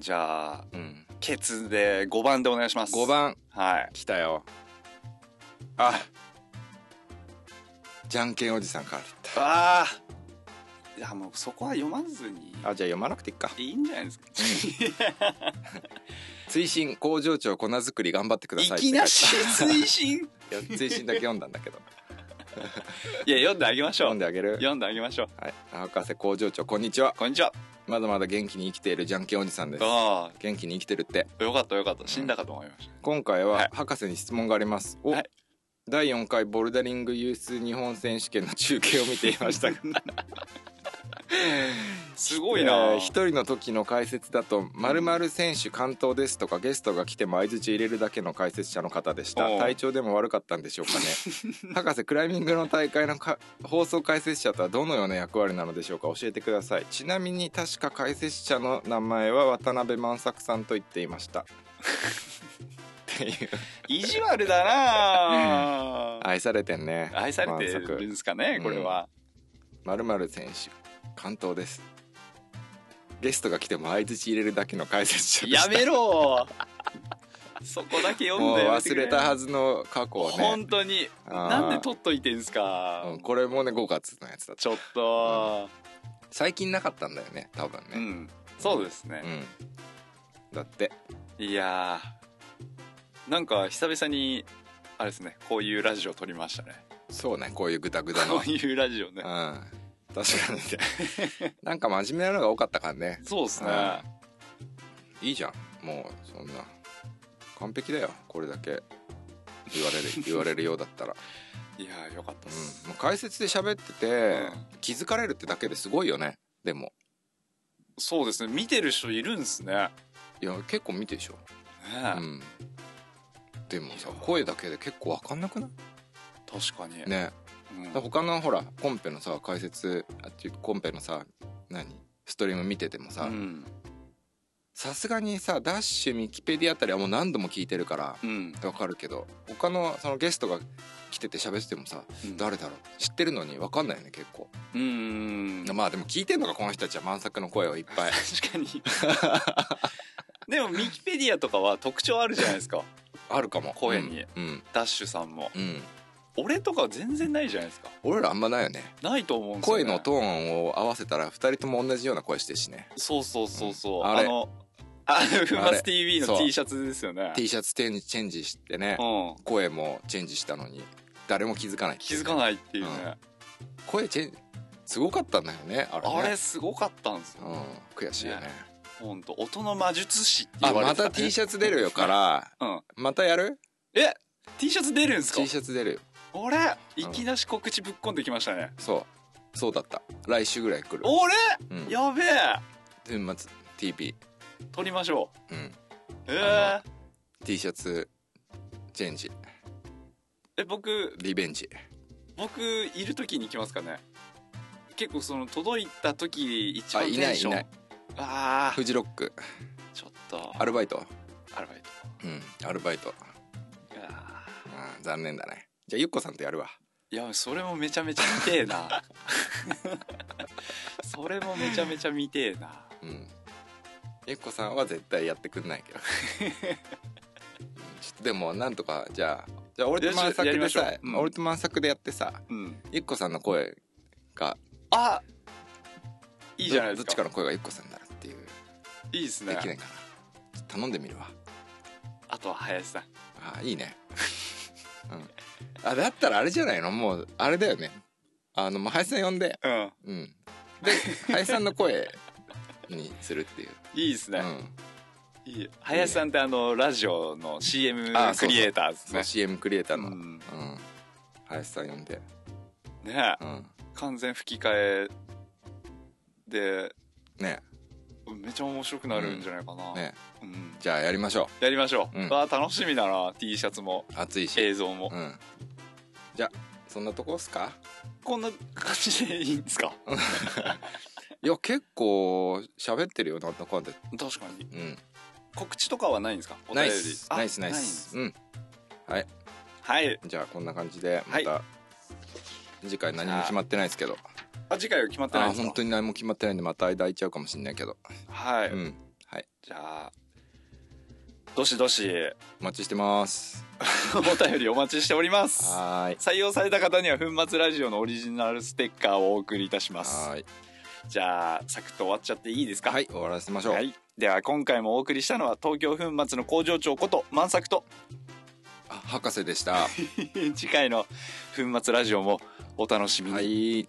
Speaker 2: じゃあ
Speaker 1: うん
Speaker 2: ケツで5番でお願いします
Speaker 1: 5番
Speaker 2: はい
Speaker 1: 来たよあじゃんけんおじさんからだった
Speaker 2: あーいやもうそこは読まずに
Speaker 1: あじゃあ読まなくていいか
Speaker 2: いいんじゃないですか [LAUGHS]
Speaker 1: 追伸工場長粉作り頑張ってください
Speaker 2: い
Speaker 1: って
Speaker 2: きなし推進
Speaker 1: いや追伸だけ読んだんだけど
Speaker 2: いや読んであげましょ
Speaker 1: 読
Speaker 2: うん
Speaker 1: であげる
Speaker 2: 読んであげましょう
Speaker 1: はい博士工場長こんにちは
Speaker 2: こんにちは
Speaker 1: まだまだ元気に生きているじゃんけんおじさんです
Speaker 2: あ
Speaker 1: 元気に生きてるって
Speaker 2: あよかったよかった死んだかと思いました
Speaker 1: 今回
Speaker 2: は
Speaker 1: はい博士に質問があります、お、
Speaker 2: はい
Speaker 1: 第4回ボルダリングユース日本選手権の中継を見ていま
Speaker 2: [LAUGHS]
Speaker 1: したが
Speaker 2: すごいな、
Speaker 1: えー一人の時の解説だと「まる選手完投です」とかゲストが来ても相槌入れるだけの解説者の方でした
Speaker 2: おう
Speaker 1: 体調でも悪かったんでしょうか
Speaker 2: [LAUGHS]
Speaker 1: ね博士クライミングの大会のか放送解説者とはどのような役割なのでしょうか教えてくださいちなみに確か解説者の名前は渡辺万作さんと言っていま
Speaker 2: [LAUGHS]
Speaker 1: したっていう
Speaker 2: 意地悪だな
Speaker 1: 愛されてんね
Speaker 2: 愛されてるんですかね
Speaker 1: 満
Speaker 2: こ
Speaker 1: 足
Speaker 2: れは、
Speaker 1: まるまる選手関東ですゲストが来ても相槌入れるだけの解説者でし
Speaker 2: や
Speaker 1: た
Speaker 2: めろそこだけ読
Speaker 1: も
Speaker 2: ん
Speaker 1: う
Speaker 2: でやめ
Speaker 1: 忘
Speaker 2: てくれ
Speaker 1: れたはずの過去をね
Speaker 2: 本当に
Speaker 1: あー
Speaker 2: なんで取っといてんすか、
Speaker 1: うんこれもね5月のやつだ
Speaker 2: ちょっと、
Speaker 1: 最近なかったんだよね多分
Speaker 2: う
Speaker 1: ね
Speaker 2: んそうですね、
Speaker 1: うん、だって
Speaker 2: いやーなんか久々にあれですねこういうラジオ撮りましたね
Speaker 1: そうねこういうグダグダのう
Speaker 2: こ
Speaker 1: ん
Speaker 2: ういうラジオね
Speaker 1: 確かに
Speaker 2: [LAUGHS]
Speaker 1: なんか真面目なのが多かったからね
Speaker 2: そうですね
Speaker 1: いいじゃんもうそんな完璧だよこれだけ言われる言われるようだったら、
Speaker 2: いやーよかった
Speaker 1: う
Speaker 2: っ
Speaker 1: ん
Speaker 2: す、、
Speaker 1: もう解説で喋ってて、
Speaker 2: うん
Speaker 1: 気づかれるってだけですごいよねでも
Speaker 2: そうですね見てる人いるんですねね
Speaker 1: いや結構見てるでしょ
Speaker 2: え、
Speaker 1: うん、でもさ声だけで結構わかんなくない
Speaker 2: 確かに、
Speaker 1: ね
Speaker 2: うん
Speaker 1: だから他のほらコンペのさ解説あっちコンペのさ何ストリーム見てても
Speaker 2: う
Speaker 1: さ
Speaker 2: ん
Speaker 1: さすがにさダッシュミキペディあたりはもう何度も聞いてるから
Speaker 2: うん
Speaker 1: わかるけど他のそのゲストが来てて喋っててもさ
Speaker 2: うん
Speaker 1: 誰だろう知ってるのにわかんないよね結構
Speaker 2: うんうん
Speaker 1: まあでも聞いてんのかこの人たちは満作の声をいっぱい
Speaker 2: 確かに [LAUGHS] でもミキペディアとかは特徴あるじゃないですか
Speaker 1: あるかも
Speaker 2: 声に
Speaker 1: うん
Speaker 2: ダッシュさんも
Speaker 1: うん、うん
Speaker 2: 俺とかは全然ないじゃないですか
Speaker 1: 俺らあんまないよね
Speaker 2: ないと思うんですよ、ね、
Speaker 1: 声のトーンを合わせたら2人とも同じような声してるしね
Speaker 2: そうそうそうそ
Speaker 1: う
Speaker 2: う、
Speaker 1: ん
Speaker 2: あ
Speaker 1: あれ
Speaker 2: のあのフンバ
Speaker 1: あ
Speaker 2: ス
Speaker 1: れ
Speaker 2: TV
Speaker 1: そう
Speaker 2: の T シャツですよね
Speaker 1: T シャツチェンジチェンジしてね
Speaker 2: うん
Speaker 1: 声もチェンジしたのに誰も気づかない
Speaker 2: 気づかないっていうね、
Speaker 1: 声チェンすごかったんだよねあれね
Speaker 2: あれすごかったんですよ、
Speaker 1: うん悔しいよね
Speaker 2: ねほんと音の魔術師って
Speaker 1: あ
Speaker 2: 言われ
Speaker 1: ま
Speaker 2: てた、ね、
Speaker 1: た T シャツ出るよから
Speaker 2: うん
Speaker 1: またやる
Speaker 2: え T シャツ出るんですか
Speaker 1: T シャツ出るよ
Speaker 2: 俺いきなし告知ぶっこんできましたね
Speaker 1: そうそうだった来週ぐらい来る
Speaker 2: 俺
Speaker 1: うん
Speaker 2: やべえ
Speaker 1: 天末 TP
Speaker 2: 撮りましょ
Speaker 1: うん
Speaker 2: うえー、
Speaker 1: T シャツチェンジ
Speaker 2: え僕
Speaker 1: リベンジ
Speaker 2: 僕いる時に行きますかね結構その届いた時一
Speaker 1: あ
Speaker 2: 番
Speaker 1: い
Speaker 2: テ
Speaker 1: な
Speaker 2: ン
Speaker 1: いい
Speaker 2: ション
Speaker 1: ない
Speaker 2: あ
Speaker 1: フジロック
Speaker 2: ーちょっと
Speaker 1: アルバイト
Speaker 2: アルバイト
Speaker 1: うんアルバイト
Speaker 2: あー
Speaker 1: うん残念だねじゃあゆっこさんとやるわ
Speaker 2: いやそれもめちゃめちゃ見てえ
Speaker 1: [LAUGHS]
Speaker 2: なそれもめちゃめちゃ見てえな
Speaker 1: うんゆっこさんは絶対やってくんないけど、うんちょっとでもなんとかじゃあじゃあ俺と満作
Speaker 2: よ
Speaker 1: で
Speaker 2: しやり
Speaker 1: さ
Speaker 2: ましょ、ううん
Speaker 1: 俺と満作でやってさ
Speaker 2: うん
Speaker 1: ゆっこさんの声が
Speaker 2: あいいじゃないです
Speaker 1: ど
Speaker 2: か
Speaker 1: どっちかの声がゆっこさんになるっていう
Speaker 2: いいです
Speaker 1: できな
Speaker 2: ね
Speaker 1: いかな、ちょっと頼んでみるわ
Speaker 2: あとは林さん
Speaker 1: あいいね [LAUGHS] うんあだったらあれじゃないのもうあれだよねあのもう林さん呼んで
Speaker 2: うん
Speaker 1: うんで林さんの声にするっていう、
Speaker 2: いいです
Speaker 1: う
Speaker 2: [LAUGHS] ね、
Speaker 1: ん
Speaker 2: いい林さんってあのラジオの CM
Speaker 1: あ
Speaker 2: ク
Speaker 1: そうそう
Speaker 2: リエイターです
Speaker 1: そ
Speaker 2: ね
Speaker 1: の CM クリエイターの、
Speaker 2: う
Speaker 1: うん
Speaker 2: ん
Speaker 1: 林さん呼んで
Speaker 2: ねえ
Speaker 1: うん
Speaker 2: 完全吹き替えで
Speaker 1: ね
Speaker 2: めちゃ面白くなるんじゃないかな、
Speaker 1: ね
Speaker 2: うん
Speaker 1: じゃあやりましょ
Speaker 2: やりましょう、
Speaker 1: うん
Speaker 2: わあ楽しみだな T シャツも
Speaker 1: う暑いし、
Speaker 2: 映像も、
Speaker 1: うんじゃあそんなとこっすか
Speaker 2: こんな感じでいいんですか
Speaker 1: いや結構喋ってるよなんだかんだ
Speaker 2: 確かに
Speaker 1: うん
Speaker 2: 告知とかはないんですかお
Speaker 1: ナ
Speaker 2: 便
Speaker 1: イ
Speaker 2: り
Speaker 1: ス
Speaker 2: あ
Speaker 1: ナイスナ
Speaker 2: ない
Speaker 1: イ
Speaker 2: んで
Speaker 1: ス
Speaker 2: す
Speaker 1: うん
Speaker 2: はい
Speaker 1: じゃあこんな感じでまた、次回何
Speaker 2: じゃ
Speaker 1: も
Speaker 2: あ
Speaker 1: 決まってないですけど
Speaker 2: あ次回は決まってない
Speaker 1: あ
Speaker 2: んですか
Speaker 1: 本当に何も決まってないんでまた間空いちゃうかもしんないけど
Speaker 2: はい、
Speaker 1: うん
Speaker 2: じゃあどしどし
Speaker 1: お待ちしてます
Speaker 2: お便りお待ちしております
Speaker 1: はーい
Speaker 2: 採用された方には粉末ラジオのオリジナルステッカーをお送りいたします
Speaker 1: はーい
Speaker 2: じゃあサクッと終わっちゃっていいですか
Speaker 1: はい終わらせましょう、
Speaker 2: はいでは今回もお送りしたのは東京粉末の工場長こと満作と
Speaker 1: あ博士でした
Speaker 2: 次回の粉末ラジオもお楽しみに、
Speaker 1: はい